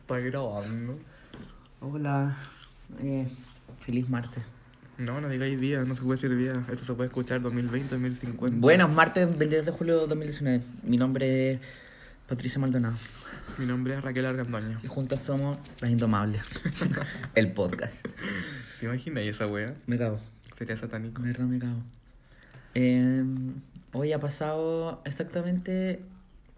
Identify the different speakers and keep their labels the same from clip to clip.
Speaker 1: Está grabando.
Speaker 2: Hola, eh, feliz martes.
Speaker 1: No, no digáis día, no se puede decir día. Esto se puede escuchar 2020, 2050.
Speaker 2: Buenos martes 22 de julio de 2019. Mi nombre es Patricia Maldonado
Speaker 1: Mi nombre es Raquel Argandoña.
Speaker 2: y juntos somos Las Indomables, el podcast.
Speaker 1: ¿Te imagináis esa wea?
Speaker 2: Me cago,
Speaker 1: Sería satánico.
Speaker 2: me re me cago. Eh, hoy ha pasado exactamente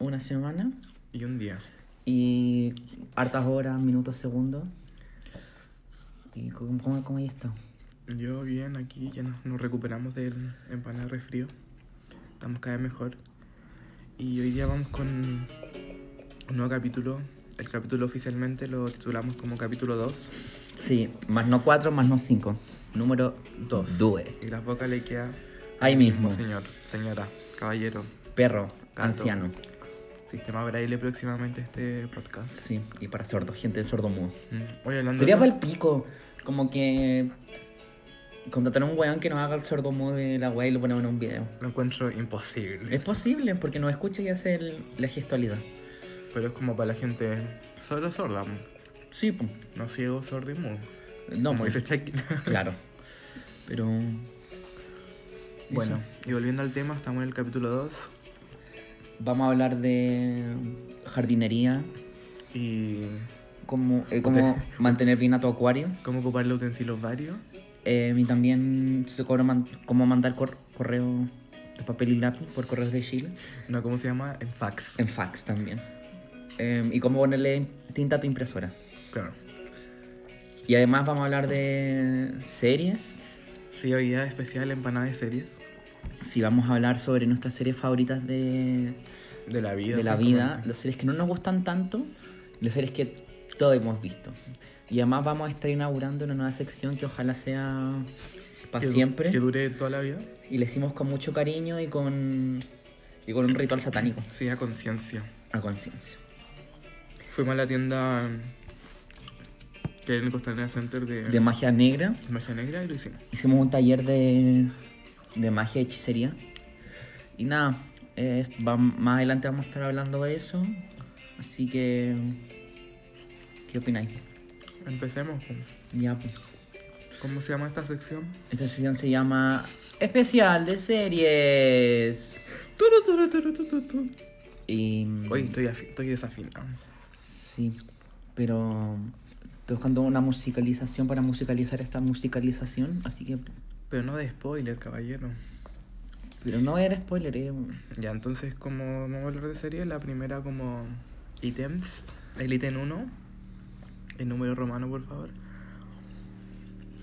Speaker 2: una semana
Speaker 1: Y un día.
Speaker 2: y hartas horas, minutos, segundos. ¿Y cómo, cómo, cómo hay esto?
Speaker 1: Yo bien aquí, ya nos, nos recuperamos del empanada de resfrío. Estamos cada vez mejor. Y hoy día vamos con un nuevo capítulo. El capítulo oficialmente lo titulamos como capítulo 2.
Speaker 2: Sí, más no 4, más no 5. Número 2.
Speaker 1: Y las bocas le queda
Speaker 2: Ahí mismo.
Speaker 1: señor, señora, caballero,
Speaker 2: Perro,
Speaker 1: Gato.
Speaker 2: anciano.
Speaker 1: Sistema braille próximamente este podcast.
Speaker 2: Sí, y para sordos, gente de sordo mudo.
Speaker 1: Mm. Oye, hablando
Speaker 2: Sería
Speaker 1: de
Speaker 2: para el pico, como que contratar a un weón que nos haga el sordo mudo de la wea y lo ponemos en un video.
Speaker 1: lo encuentro imposible.
Speaker 2: Es posible, porque nos escucha y hace el- la gestualidad.
Speaker 1: Pero es como para la gente solo sorda, mo.
Speaker 2: Sí, po.
Speaker 1: no ciego, sordo y mudo.
Speaker 2: no, pues.
Speaker 1: como
Speaker 2: po.
Speaker 1: dice Shakira.
Speaker 2: claro. Pero.
Speaker 1: Bueno,
Speaker 2: eso.
Speaker 1: y volviendo al tema, estamos en el capítulo 2
Speaker 2: Vamos a hablar de jardinería,
Speaker 1: y
Speaker 2: cómo, eh, cómo mantener bien a tu acuario.
Speaker 1: cómo ocupar los utensilios varios.
Speaker 2: Eh, y también se cobra man- cómo mandar cor- correo de papel y lápiz por correos de Chile.
Speaker 1: No, ¿cómo se llama? En fax.
Speaker 2: En fax también. Eh, y cómo ponerle tinta a tu impresora.
Speaker 1: Claro.
Speaker 2: Y además vamos a hablar de series.
Speaker 1: Sí, hoy día especial empanada de series.
Speaker 2: Sí, vamos a hablar sobre nuestras series favoritas de,
Speaker 1: De la vida.
Speaker 2: de la vida. Las series que no nos gustan tanto. y Las series que todos hemos visto. Y además vamos a estar inaugurando una nueva sección que ojalá sea para
Speaker 1: Que du-
Speaker 2: siempre.
Speaker 1: Que dure toda la vida.
Speaker 2: Y le hicimos con mucho cariño y con, y con un ritual satánico.
Speaker 1: Sí, a conciencia.
Speaker 2: A conciencia.
Speaker 1: Fuimos a la tienda mm, que hay en el Costanera Center de,
Speaker 2: De magia negra.
Speaker 1: Magia Negra y lo hicimos.
Speaker 2: Hicimos un taller de, de magia y hechicería. Y nada, eh, va- más adelante vamos a estar hablando de eso. Así que, ¿qué opináis?
Speaker 1: Empecemos. con-
Speaker 2: Ya, pues.
Speaker 1: ¿Cómo se llama esta sección?
Speaker 2: Esta sesión se llama Especial de Series.
Speaker 1: Turu, turu, turu, tu, tu, tu.
Speaker 2: Y,
Speaker 1: Oye, estoy, afi- estoy desafinado.
Speaker 2: Sí, pero estoy buscando una musicalización para musicalizar esta musicalización. Así que,
Speaker 1: Pero no de spoiler, caballero.
Speaker 2: pero no era spoiler, eh.
Speaker 1: Ya, entonces, como vamos a hablar de serie, la primera como ítems, el ítem 1, el número romano, por favor.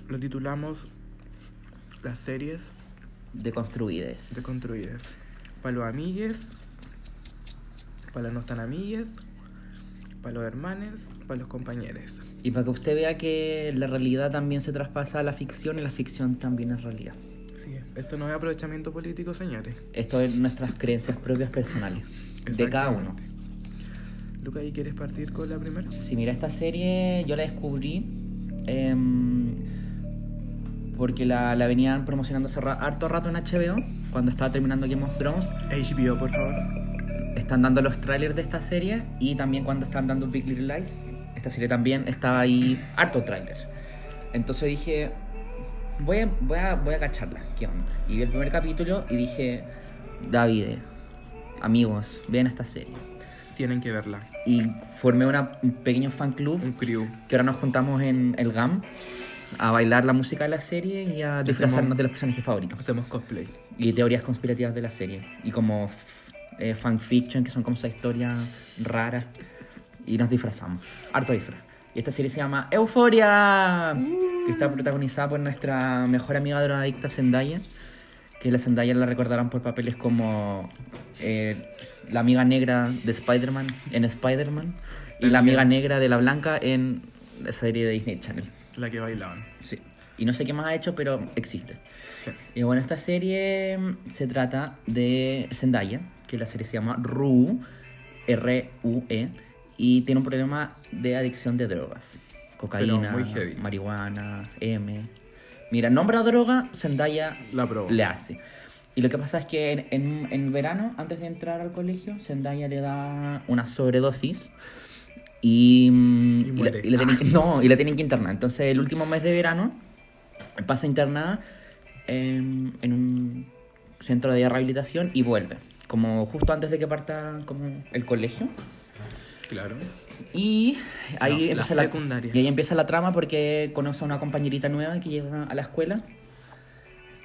Speaker 1: Lo titulamos Las series
Speaker 2: De construides.
Speaker 1: deconstruidas. Para los amigues, para los no tan amigues, para los hermanes, para los compañeros.
Speaker 2: Y para que usted vea que la realidad también se traspasa a la ficción y la ficción también es realidad.
Speaker 1: Sí, esto no es aprovechamiento político, señores.
Speaker 2: Esto es nuestras creencias propias personales, de cada uno.
Speaker 1: Luca, ¿y quieres partir con la primera?
Speaker 2: Si mira, esta serie yo la descubrí em, porque la, la venían promocionando hace ra- harto rato en HBO, cuando estaba terminando Game of Thrones.
Speaker 1: HBO, por favor.
Speaker 2: Están dando los trailers de esta serie y también cuando están dando Big Little Lies, esta serie también estaba ahí harto trailers. Entonces dije, voy a, voy a, voy a cacharla, ¿qué onda? Y vi el primer capítulo y dije, David, amigos, vean esta serie.
Speaker 1: Tienen que verla.
Speaker 2: Y formé una, un pequeño fan club
Speaker 1: Un crew.
Speaker 2: que ahora nos juntamos en el GAM a bailar la música de la serie y a disfrazarnos de los personajes favoritos
Speaker 1: Hacemos cosplay.
Speaker 2: y teorías conspirativas de la serie y como f- eh, fanfiction que son como esas historias raras y nos disfrazamos harto disfraz y esta serie se llama Euforia que está protagonizada por nuestra mejor amiga drogadicta Zendaya que la Zendaya la recordarán por papeles como eh, la amiga negra de Spider-Man en Spider-Man y la amiga negra de la blanca en la serie de Disney Channel
Speaker 1: La que bailaban.
Speaker 2: Sí. Y no sé qué más ha hecho, pero existe.
Speaker 1: Sí.
Speaker 2: Y bueno, esta serie mm, se trata de Zendaya, que la serie se llama Rue, R-U-E, E, y tiene un problema de adicción de drogas. Cocaína,
Speaker 1: muy heavy.
Speaker 2: marihuana, M. Mira, nombra droga, Zendaya
Speaker 1: La probó.
Speaker 2: le hace. Y lo que pasa es que en, en- en verano, antes de entrar al colegio, Zendaya le da una sobredosis Y, mm, y la,
Speaker 1: muere.
Speaker 2: y la tienen, no, y la tienen que internar. Entonces, el último mes de verano pasa internada eh, en un centro de rehabilitación y vuelve. Como justo antes de que parta como el colegio.
Speaker 1: Claro.
Speaker 2: Y ahí,
Speaker 1: No, la
Speaker 2: empieza
Speaker 1: secundaria.
Speaker 2: y ahí empieza la trama porque conoce a una compañerita nueva que llega a la escuela.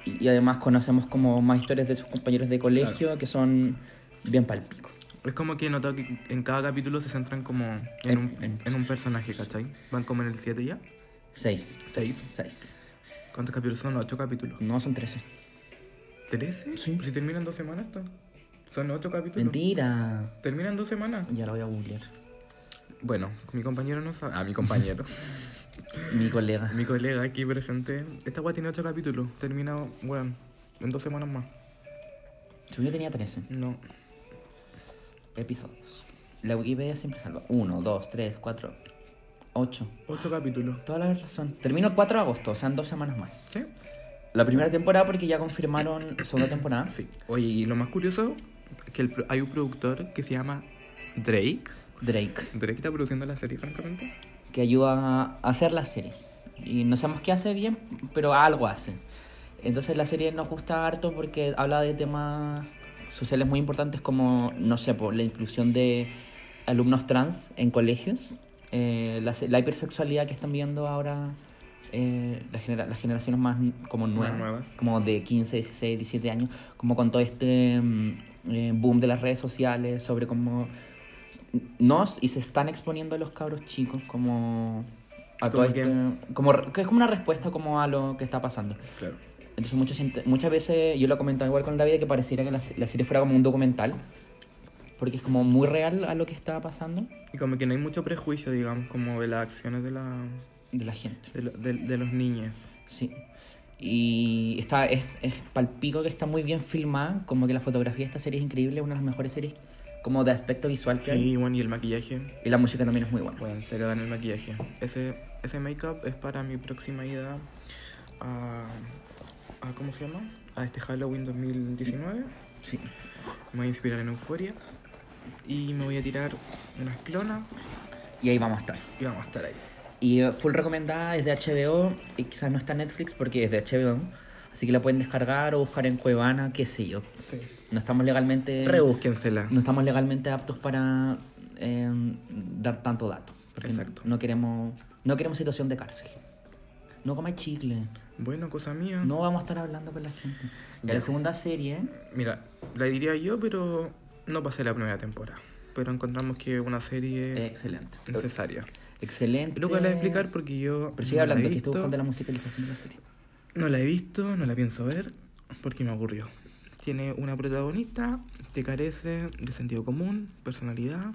Speaker 2: Y, y además conocemos como más historias de sus compañeros de colegio que son bien palpico.
Speaker 1: Es como que he notado que en cada capítulo se centran como en
Speaker 2: En-
Speaker 1: un,
Speaker 2: en-
Speaker 1: en un personaje, ¿cachai? Van como en el 7 ya.
Speaker 2: Seis.
Speaker 1: Seis.
Speaker 2: Seis.
Speaker 1: ¿Cuántos capítulos son? ¿Los 8 capítulos?
Speaker 2: No, son trece.
Speaker 1: ¿13?
Speaker 2: Sí.
Speaker 1: Si terminan dos semanas, esto. Son 8 capítulos.
Speaker 2: Mentira.
Speaker 1: Terminan dos semanas.
Speaker 2: Ya lo voy a googlear.
Speaker 1: Bueno, mi compañero no sabe. Ah, mi compañero.
Speaker 2: Mi colega.
Speaker 1: mi colega aquí presente. Esta weá tiene 8 capítulos. Termina, weón, en dos semanas más.
Speaker 2: Yo tenía trece
Speaker 1: No.
Speaker 2: episodios. La Wikipedia siempre salva. Uno, dos, tres, cuatro, ocho.
Speaker 1: 8 capítulos.
Speaker 2: Toda la razón. Termino el 4 de agosto, o sea, en dos semanas más.
Speaker 1: ¿Sí?
Speaker 2: La primera temporada porque ya confirmaron segunda temporada.
Speaker 1: Sí. Oye, y lo más curioso es que el pro- hay un productor que se llama Drake.
Speaker 2: Drake,
Speaker 1: Drake está produciendo la serie, francamente.
Speaker 2: que ayuda a hacer la serie. Y no sabemos qué hace bien, pero algo hace. Entonces la serie nos gusta harto porque habla de temas sociales muy importantes como, no sé, por la inclusión de alumnos trans en colegios, eh, la, se- la hipersexualidad que están viendo ahora eh, las, genera- las generaciones más n- como nuevas,
Speaker 1: nuevas.
Speaker 2: como de 15, 16, 17 años, como con todo este mm, eh, boom de las redes sociales, sobre cómo nos y se están exponiendo a los cabros chicos como... A todo
Speaker 1: Como que-
Speaker 2: este, como, re- que es como una respuesta como a lo que está pasando.
Speaker 1: Claro.
Speaker 2: Entonces muchas, muchas veces, yo lo he comentado igual con David, que pareciera que la, se- la serie fuera como un documental, porque es como muy real a lo que está pasando
Speaker 1: Y como que no hay mucho prejuicio, digamos, como de las acciones de, la,
Speaker 2: de la gente.
Speaker 1: de, lo- de- de los niños.
Speaker 2: Sí. Y está, es, es palpico que está muy bien filmada, como que la fotografía de esta serie es increíble, una de las mejores series como de aspecto visual que hay.
Speaker 1: Sí, bueno, y el maquillaje.
Speaker 2: Y la música también es muy buena.
Speaker 1: Bueno, se le dan el maquillaje. Ese, ese make-up es para mi próxima ida a, a. ¿Cómo se llama? A este Halloween 2019.
Speaker 2: Sí.
Speaker 1: Me voy a inspirar en Euforia. Y me voy a tirar unas clonas
Speaker 2: Y ahí vamos a estar.
Speaker 1: y vamos a estar ahí.
Speaker 2: Y eh, full recomendada es de HBO, y quizás no está en Netflix porque es de HBO, así que la pueden descargar o buscar en Cuevana, qué sé yo.
Speaker 1: Sí.
Speaker 2: No estamos legalmente...
Speaker 1: Rebúsquensela.
Speaker 2: no estamos legalmente aptos para eh, dar tanto dato. porque
Speaker 1: Exacto.
Speaker 2: No queremos, no queremos situación de cárcel. No comáis chicle.
Speaker 1: Bueno, cosa mía.
Speaker 2: No vamos a estar hablando con la gente. Y
Speaker 1: Mm. Ya.
Speaker 2: la segunda serie,
Speaker 1: Mira, la diría yo, pero no pasé la primera temporada. Pero encontramos que una serie
Speaker 2: excelente.
Speaker 1: necesaria.
Speaker 2: Excelente.
Speaker 1: Luego la Eh, voy a explicar porque yo
Speaker 2: eh, Pero
Speaker 1: no
Speaker 2: sigue
Speaker 1: la
Speaker 2: hablando,
Speaker 1: he
Speaker 2: que estoy
Speaker 1: visto.
Speaker 2: buscando la musicalización de la serie.
Speaker 1: No la he visto, no la pienso ver, porque me aburrió. Tiene una protagonista que carece de sentido común, personalidad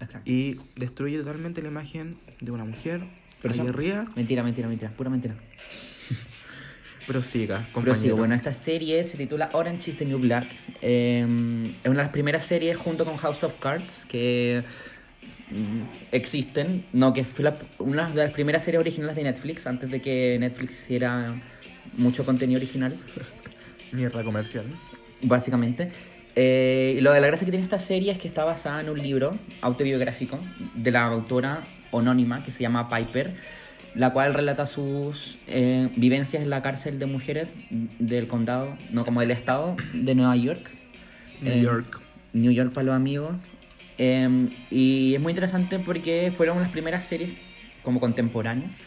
Speaker 2: Exacto.
Speaker 1: y destruye totalmente la imagen de una mujer
Speaker 2: Pero son-
Speaker 1: aguerrida.
Speaker 2: Mentira, mentira, mentira. Pura mentira.
Speaker 1: Prosiga,
Speaker 2: Pero
Speaker 1: compañero.
Speaker 2: sí, bueno, esta serie se titula Orange is the New Black. Eh, es una de las primeras series junto con House of Cards que mm, existen. No, que fue la- una de las primeras series originales de Netflix, antes de que Netflix hiciera mucho contenido original,
Speaker 1: Mierda comercial.
Speaker 2: básicamente. Eh, y lo de la gracia que tiene esta serie es que está basada en un libro autobiográfico de la autora anónima que se llama Piper, la cual relata sus eh, vivencias en la cárcel de mujeres del condado, no como del estado de Nueva York.
Speaker 1: New
Speaker 2: Eh,
Speaker 1: York.
Speaker 2: New York para los amigos. Eh, y es muy interesante porque fueron las primeras series como contemporáneas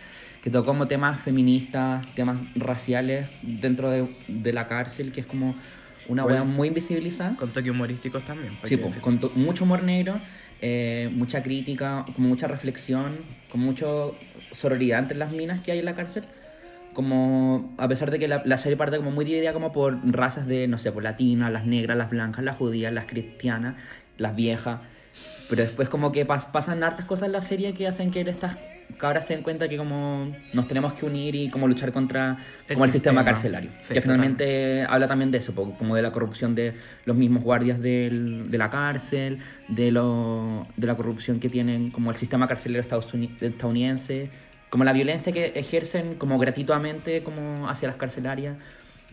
Speaker 2: que tocó como temas feministas, temas raciales dentro de, de la cárcel, que es como una
Speaker 1: Bueno,
Speaker 2: hueá muy invisibilizada.
Speaker 1: Con toques humorísticos también. hay
Speaker 2: Sí,
Speaker 1: que
Speaker 2: po,
Speaker 1: decir.
Speaker 2: con to- mucho humor negro, eh, mucha crítica, con mucha reflexión, con mucha sororidad entre las minas que hay en la cárcel. Como, a pesar de que la, la serie parte como muy dividida como por razas de, no sé, por latinas, las negras, las blancas, las judías, las cristianas, las viejas. Pero después como que pas- pasan hartas cosas en la serie que hacen que estas cabras se den cuenta que como nos tenemos que unir y como luchar contra
Speaker 1: El
Speaker 2: como el sistema,
Speaker 1: sistema.
Speaker 2: carcelario.
Speaker 1: Sí,
Speaker 2: que finalmente eh, habla también de eso, po- como de la corrupción de los mismos guardias del- de la cárcel, de, lo, de la corrupción que tienen como el sistema carcelero Estados Uni- estadounidense, como la violencia que ejercen como gratuitamente como hacia las carcelarias.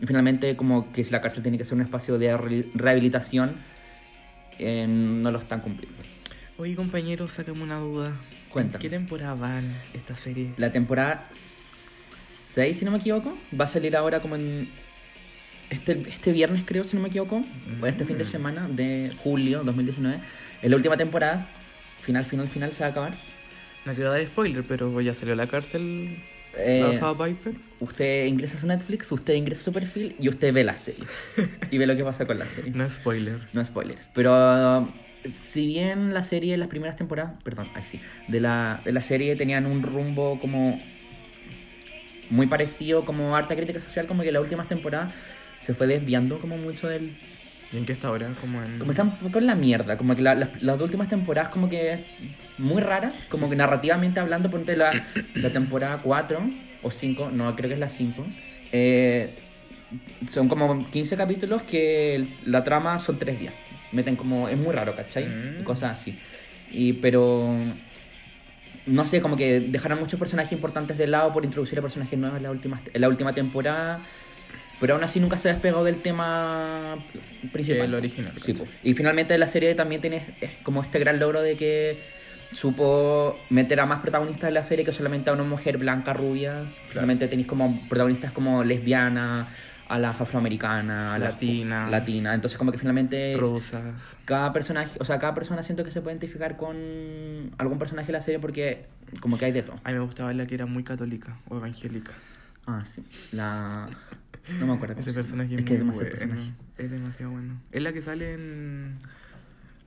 Speaker 2: Y finalmente como que si la cárcel tiene que ser un espacio de re- rehabilitación, eh, no lo están cumpliendo.
Speaker 1: Oye, compañeros, sacame una duda.
Speaker 2: Cuéntame.
Speaker 1: ¿Qué temporada van esta serie?
Speaker 2: La temporada 6, si no me equivoco, va a salir ahora como en. Este, este viernes, creo, si no me equivoco, o este fin de semana de julio 2019. Es la última temporada. Final, final, final, se va a acabar.
Speaker 1: No quiero dar spoiler, pero ya salió a la cárcel
Speaker 2: Eh,
Speaker 1: la Sao Piper.
Speaker 2: usted ingresa a su Netflix, usted ingresa a su perfil y usted ve la serie. y ve lo que pasa con la serie.
Speaker 1: No es spoiler.
Speaker 2: No spoilers. Pero um, si bien la serie, las primeras temporadas, perdón, ay sí, de la, de la serie tenían un rumbo como muy parecido, como harta crítica social, como que las últimas temporadas se fue desviando como mucho del...
Speaker 1: ¿Y en qué está ahora? Como en...
Speaker 2: Como están un poco en la mierda, como que la- las, las dos últimas temporadas como que muy raras, como que narrativamente hablando, ponte la, la temporada 4 o 5, no, creo que es la 5. eh, son como 15 capítulos que el- la trama son 3 días. Meten como. Es muy raro, ¿cachai?
Speaker 1: Mm.
Speaker 2: Y cosas así. Y, pero. No sé, como que dejaron muchos personajes importantes de lado por introducir a personajes nuevos en la última, en la última temporada. Pero aún así nunca se despegó del tema principal.
Speaker 1: El original,
Speaker 2: Sí,
Speaker 1: ¿cachai?
Speaker 2: po. y finalmente la serie también tiene es como este gran logro de que supo meter a más protagonistas de la serie que solamente a una mujer blanca rubia. Solamente tenéis como protagonistas como lesbiana, a las afroamericanas, a las
Speaker 1: Latina.
Speaker 2: latina. Entonces como que finalmente
Speaker 1: Rosas.
Speaker 2: cada personaje, o sea, cada persona siento que se puede identificar con algún personaje de la serie porque como que hay de todo.
Speaker 1: A mí me gustaba la que era muy católica o evangélica.
Speaker 2: Ah, sí. La no me acuerdo. cómo
Speaker 1: Ese
Speaker 2: se llama.
Speaker 1: personaje es,
Speaker 2: Ah, es que hay
Speaker 1: muy
Speaker 2: demasiado
Speaker 1: bueno.
Speaker 2: personaje.
Speaker 1: Es demasiado bueno. Es la que sale en...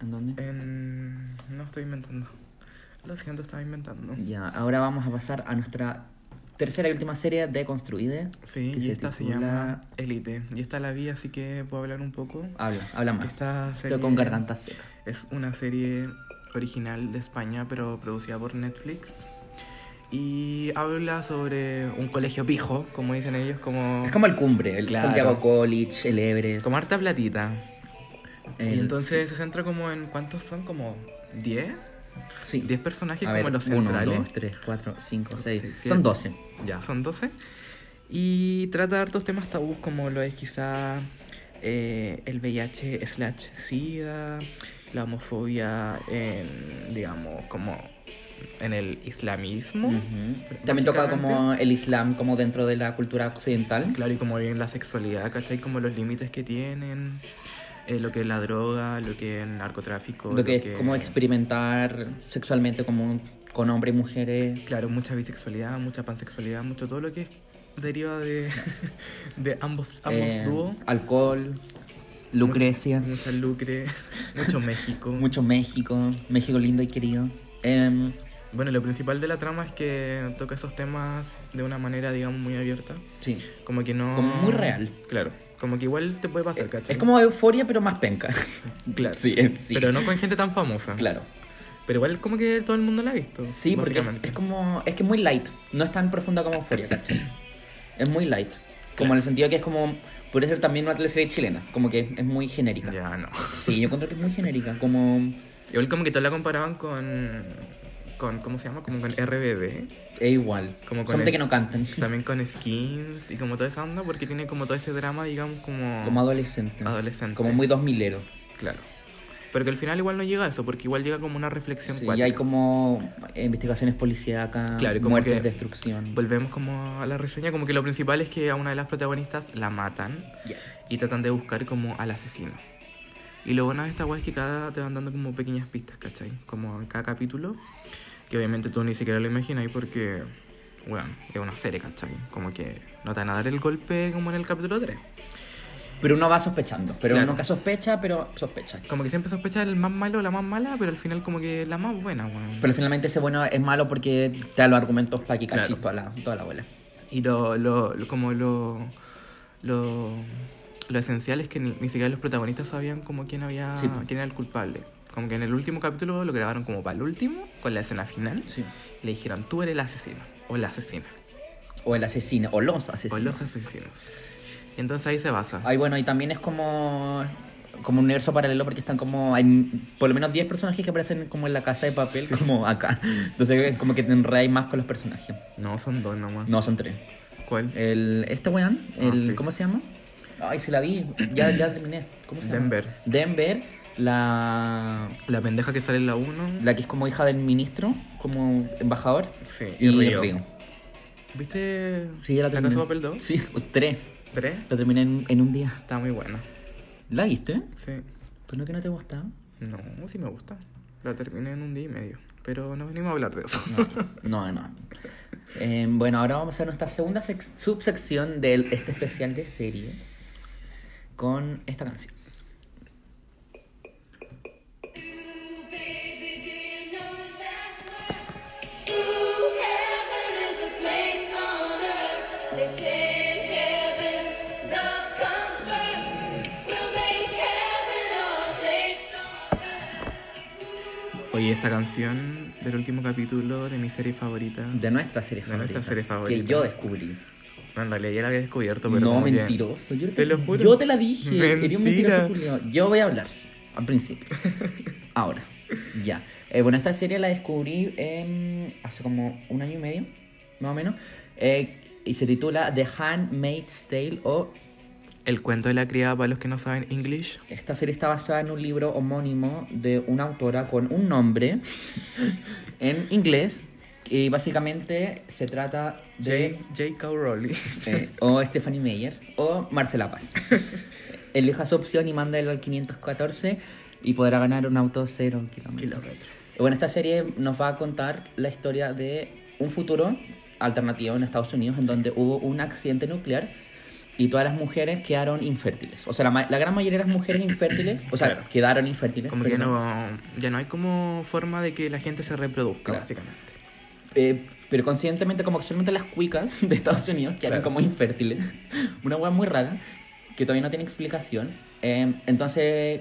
Speaker 2: ¿En dónde?
Speaker 1: en... No estoy inventando. Lo siento, estaba inventando.
Speaker 2: Ya, ahora vamos a pasar a nuestra tercera y última serie de Construide.
Speaker 1: Sí,
Speaker 2: que
Speaker 1: y esta se
Speaker 2: titula-
Speaker 1: llama Elite. Y esta la vi, así que puedo hablar un poco.
Speaker 2: Habla, habla más.
Speaker 1: Esta
Speaker 2: Estoy
Speaker 1: serie
Speaker 2: Ah, con garganta seca.
Speaker 1: es una serie original de España, pero producida por Netflix. Y habla sobre un colegio pijo, como dicen ellos, como,
Speaker 2: Es como el cumbre, el
Speaker 1: Claro.
Speaker 2: Santiago College, el Everest.
Speaker 1: como harta platita.
Speaker 2: el-
Speaker 1: y entonces se centra como en, ¿cuántos son? Como 10?
Speaker 2: Sí.
Speaker 1: 10 personajes
Speaker 2: A
Speaker 1: como
Speaker 2: ver,
Speaker 1: los
Speaker 2: 1,
Speaker 1: centrales.
Speaker 2: 2, 3, 4, 5, 6.
Speaker 1: seis,
Speaker 2: Son
Speaker 1: siete.
Speaker 2: 12.
Speaker 1: Ya, son 12. Y trata hartos temas tabús como lo es quizá eh, el VIH slash SIDA, la homofobia, en, digamos, como en el islamismo.
Speaker 2: Ujú. También toca como el Islam, como dentro de la cultura occidental.
Speaker 1: Claro, y como bien la sexualidad, ¿cachai? Como los límites que tienen, eh, lo que es la droga, lo que es el narcotráfico.
Speaker 2: Lo que es como experimentar sexualmente como con hombres y mujeres.
Speaker 1: Claro, mucha bisexualidad, mucha pansexualidad, mucho todo lo que es- deriva de, de ambos, ambos
Speaker 2: eh,
Speaker 1: dúos.
Speaker 2: Alcohol, Lucrecia.
Speaker 1: Mucha lucre, mucho México.
Speaker 2: Mucho México, México lindo y querido. Em,
Speaker 1: Bueno, lo principal de la trama es que toca esos temas de una manera, digamos, muy abierta.
Speaker 2: sí.
Speaker 1: Como que no.
Speaker 2: Como muy real. Eh,
Speaker 1: Claro. Como que igual te puede pasar, ¿cachai?
Speaker 2: Es como euforia, pero más penca.
Speaker 1: Claro.
Speaker 2: Sí, eh, sí.
Speaker 1: Pero no con gente tan famosa.
Speaker 2: Claro.
Speaker 1: Pero igual como que todo el mundo la ha visto.
Speaker 2: Sí, porque es,
Speaker 1: básicamente.
Speaker 2: es como. Es que es muy light. No es tan profunda como euforia, ¿cachai? Es muy light. Como en el sentido que es como. Puede ser también una teleserie chilena. Como que es muy genérica.
Speaker 1: Ya, no.
Speaker 2: Sí, yo encuentro que es muy genérica. Como.
Speaker 1: Igual como que todos la comparaban con. con ¿Cómo se llama? Como con RBD.
Speaker 2: Es igual.
Speaker 1: Como con
Speaker 2: Solamente
Speaker 1: el-
Speaker 2: que no cantan.
Speaker 1: También con Skins y como toda esa onda, porque tiene como todo ese drama, digamos, como.
Speaker 2: Como adolescente.
Speaker 1: Ah. Adolescente.
Speaker 2: Como muy dos milero.
Speaker 1: Claro. Pero que al final igual no llega a eso, porque igual llega como una reflexión
Speaker 2: Sí, y
Speaker 1: cuática.
Speaker 2: hay como eh, investigaciones policíacas,
Speaker 1: Claro, y como
Speaker 2: muertes,
Speaker 1: que-
Speaker 2: destrucción.
Speaker 1: Volvemos como a la reseña, como que lo principal es que a una de las protagonistas la matan
Speaker 2: Ya.
Speaker 1: y tratan de buscar como al asesino. Y lo bueno de esta guay es que cada te van dando como pequeñas pistas, ¿cachai? Como en cada capítulo, que obviamente tú ni siquiera lo imaginas porque, bueno, es una serie, ¿cachai? Como que no te van a dar el golpe como en el capítulo 3.
Speaker 2: Pero uno va sospechando. Pero
Speaker 1: Claro.
Speaker 2: nunca sospecha, pero sospecha.
Speaker 1: Como que siempre sospechas el más malo o la más mala, pero al final como que la más buena, weón.
Speaker 2: Pero finalmente ese bueno es malo porque te da los argumentos para que
Speaker 1: Claro.
Speaker 2: cachis toda, la, toda la bola.
Speaker 1: Y lo, lo, lo- como lo, lo, lo esencial es que ni, ni siquiera los protagonistas sabían como quién había
Speaker 2: Sí, po.
Speaker 1: quién era el culpable. Como que en el último capítulo lo grabaron como para el último, con la escena final.
Speaker 2: Sí.
Speaker 1: Le dijeron, tú eres el asesino, o la asesina,
Speaker 2: O el asesino, o los
Speaker 1: o
Speaker 2: asesinos.
Speaker 1: los asesinos. Y entonces ahí se basa.
Speaker 2: Ay, bueno, y también es como como un universo paralelo porque están como hay por lo menos 10 personajes que aparecen como en la casa de papel como acá entonces como que te enredáis más con los personajes
Speaker 1: No, son dos nomás.
Speaker 2: no son tres
Speaker 1: ¿Cuál?
Speaker 2: el este weón el
Speaker 1: Ah, sí.
Speaker 2: cómo se llama ay se la vi ya, ya terminé ¿Cómo se llama?
Speaker 1: Denver.
Speaker 2: Denver La,
Speaker 1: La pendeja que sale en la 1.
Speaker 2: la que es como hija del ministro, como embajador.
Speaker 1: Sí,
Speaker 2: Y,
Speaker 1: y
Speaker 2: Río.
Speaker 1: Río. ¿Viste
Speaker 2: Sí, ya la
Speaker 1: la
Speaker 2: terminé.
Speaker 1: casa de papel 2?
Speaker 2: Sí, tres.
Speaker 1: ¿Tres?
Speaker 2: La terminé en, en un día.
Speaker 1: Está muy buena.
Speaker 2: ¿La viste?
Speaker 1: Sí.
Speaker 2: Pues no que no te gustaba.
Speaker 1: No, sí me gusta. La terminé en un día y medio. Pero no venimos a hablar de eso.
Speaker 2: No, no. Eh, bueno, ahora vamos a nuestra segunda sex- subsección de este especial de series con esta canción.
Speaker 3: They say in heaven, love comes first. We'll make heaven a place on earth.
Speaker 1: Oye, esa canción del último capítulo de mi serie favorita.
Speaker 2: De nuestra serie
Speaker 1: De
Speaker 2: favorita.
Speaker 1: nuestra serie
Speaker 2: Que
Speaker 1: favorita.
Speaker 2: yo descubrí.
Speaker 1: No, en realidad ya la había descubierto, pero.
Speaker 2: no,
Speaker 1: como que-
Speaker 2: mentiroso. Yo
Speaker 1: Te lo juro.
Speaker 2: Yo te la dije. Eres un
Speaker 1: Mentira.
Speaker 2: mentiroso culiao. Yo voy a hablar al principio. Ahora, ya. Eh, bueno, esta serie la descubrí em, hace como un año y medio, más o menos. eh, y se titula The Handmaid's Tale o
Speaker 1: El cuento de la criada para los que no saben English.
Speaker 2: Esta serie está basada en un libro homónimo de una autora con un nombre en inglés y básicamente se trata de
Speaker 1: J. J.K. Rowling.
Speaker 2: eh, o Stephanie Meyer o Marcela Paz. Elija su opción y mándela al 514 y podrá ganar un auto cero kilómetros.
Speaker 1: Kilómetro.
Speaker 2: Bueno, esta serie nos va a contar la historia de un futuro alternativo en Estados Unidos en donde hubo un accidente nuclear y todas las mujeres quedaron infértiles. O sea, la, ma- la gran mayoría de las mujeres infértiles, o sea,
Speaker 1: Claro.
Speaker 2: quedaron infértiles.
Speaker 1: Como que ya
Speaker 2: perdón.
Speaker 1: no, ya no hay como forma de que la gente se reproduzca,
Speaker 2: Claro.
Speaker 1: básicamente.
Speaker 2: Eh, pero conscientemente, como que solamente las cuicas de Estados Unidos que eran
Speaker 1: Claro.
Speaker 2: como infértiles. Una hueá muy rara que todavía no tiene explicación. Eh, entonces,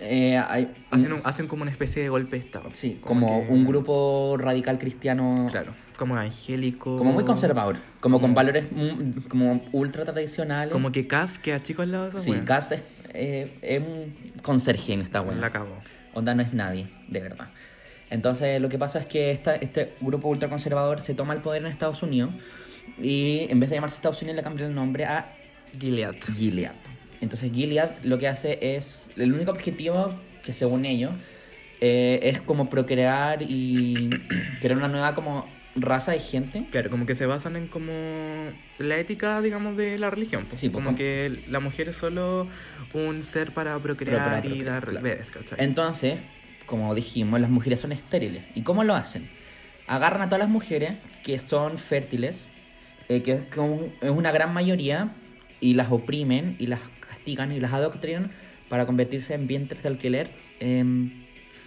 Speaker 2: eh, hay-
Speaker 1: Hacen, un- hacen como una especie de golpe de estado.
Speaker 2: sí, como,
Speaker 1: que-
Speaker 2: un grupo radical cristiano
Speaker 1: Claro, como angélico.
Speaker 2: Como muy conservador, como con valores mm, como ultra tradicionales.
Speaker 1: Como que Cass queda chico al lado de esa
Speaker 2: sí,
Speaker 1: wea.
Speaker 2: Cast es, eh, es un conserje en esta
Speaker 1: La
Speaker 2: buena.
Speaker 1: acabó.
Speaker 2: Onda no es nadie, de verdad. Entonces lo que pasa es que esta, este grupo ultraconservador se toma el poder en Estados Unidos y en vez de llamarse Estados Unidos le cambian el nombre a
Speaker 1: Gilead.
Speaker 2: Gilead. Entonces Gilead lo que hace es, el único objetivo que según ellos eh, es como procrear y crear una nueva como raza de gente
Speaker 1: Claro, como que se basan en como la ética, digamos, de la religión. pues.
Speaker 2: Sí, pues,
Speaker 1: como
Speaker 2: como-
Speaker 1: que la mujer es solo un ser para procrear
Speaker 2: Pero para
Speaker 1: y
Speaker 2: procrear,
Speaker 1: dar
Speaker 2: claro.
Speaker 1: bebés, ¿cachai?
Speaker 2: Entonces, como dijimos, las mujeres son estériles. ¿Y cómo lo hacen? Agarran a todas las mujeres que son fértiles, eh, que es, como- es una gran mayoría, y las oprimen, y las castigan, y las adoctrinan para convertirse en vientres de alquiler, em,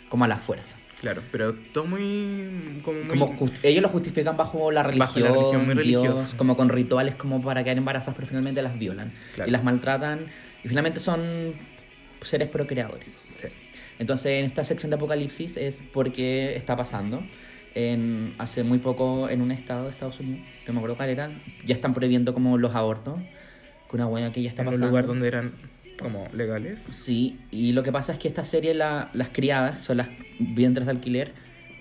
Speaker 2: como a la fuerza.
Speaker 1: Claro, pero todo muy... Como muy...
Speaker 2: Como jus- ellos lo justifican bajo la religión,
Speaker 1: Bajo la religión, muy
Speaker 2: Dios,
Speaker 1: religiosa.
Speaker 2: como con rituales como para quedar embarazadas, pero finalmente las violan
Speaker 1: Claro.
Speaker 2: y las maltratan y finalmente son seres procreadores.
Speaker 1: Sí.
Speaker 2: Entonces, en esta sección de Apocalipsis es porque está pasando. En, hace muy poco en un estado de Estados Unidos, no me acuerdo cuál era, ya están prohibiendo como los abortos, con una hueá que ya está
Speaker 1: En un
Speaker 2: pasando.
Speaker 1: lugar donde eran como legales.
Speaker 2: Sí, y lo que pasa es que esta serie, la- las criadas, son las vientres de alquiler,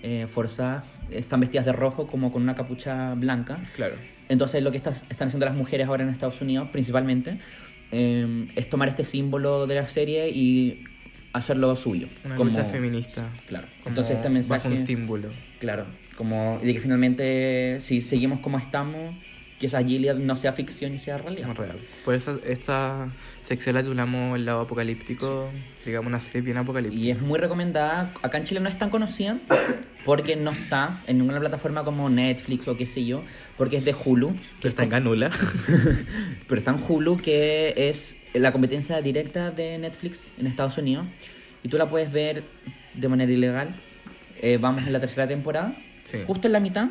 Speaker 2: eh, forzadas, están vestidas de rojo como con una capucha blanca.
Speaker 1: Claro.
Speaker 2: Entonces lo que estas- están haciendo las mujeres ahora en Estados Unidos principalmente eh, es tomar este símbolo de la serie y hacerlo suyo.
Speaker 1: Una
Speaker 2: como-
Speaker 1: lucha feminista.
Speaker 2: Claro.
Speaker 1: Como
Speaker 2: Entonces este mensaje...
Speaker 1: Bajo un símbolo.
Speaker 2: Claro, como de que finalmente si seguimos como estamos, que esa Gilead no sea ficción y sea realidad.
Speaker 1: Muy real. Por eso esta sección la titulamos El lado apocalíptico. Digamos una serie bien apocalíptica.
Speaker 2: Y es muy recomendada. Acá en Chile no es tan conocida porque no está en ninguna plataforma como Netflix o qué sé yo, porque es de Hulu, que
Speaker 1: está en Ganula.
Speaker 2: pero está en Hulu que es la competencia directa de Netflix en Estados Unidos y tú la puedes ver de manera ilegal. Eh, vamos en la tercera temporada,
Speaker 1: Sí.
Speaker 2: justo en la mitad.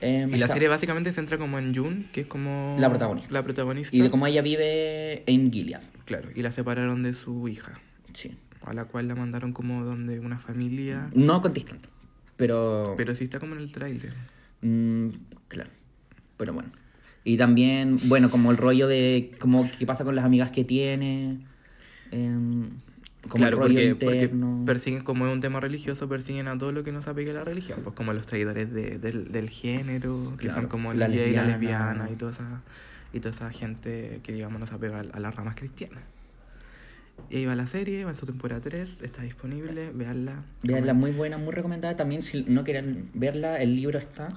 Speaker 2: Eh,
Speaker 1: Y la
Speaker 2: está-
Speaker 1: serie básicamente se centra como en June, que es como...
Speaker 2: La protagonista.
Speaker 1: La protagonista.
Speaker 2: y de cómo ella vive en Gilead.
Speaker 1: Claro, y la separaron de su hija,
Speaker 2: Sí.
Speaker 1: a la cual la mandaron como donde una familia...
Speaker 2: No contestante. Pero.
Speaker 1: Pero sí está como en el tráiler.
Speaker 2: mm, claro. Pero bueno. Y también, bueno, como el rollo de como qué pasa con las amigas que tiene. em, como
Speaker 1: claro,
Speaker 2: el rollo
Speaker 1: porque, porque
Speaker 2: interno.
Speaker 1: persiguen, como es un tema religioso, persiguen a todo lo que no se apegue a la religión, pues como a los traidores de- del, del género, que
Speaker 2: Claro,
Speaker 1: son como
Speaker 2: la
Speaker 1: la gay, la
Speaker 2: lesbiana.
Speaker 1: lesbiana y toda esa, y toda esa gente que digamos no se apega a las ramas cristianas. Y ahí va la serie, va en su temporada 3, está disponible, veanla.
Speaker 2: Veanla, muy buena, muy recomendada también. Si no quieren verla, el libro está.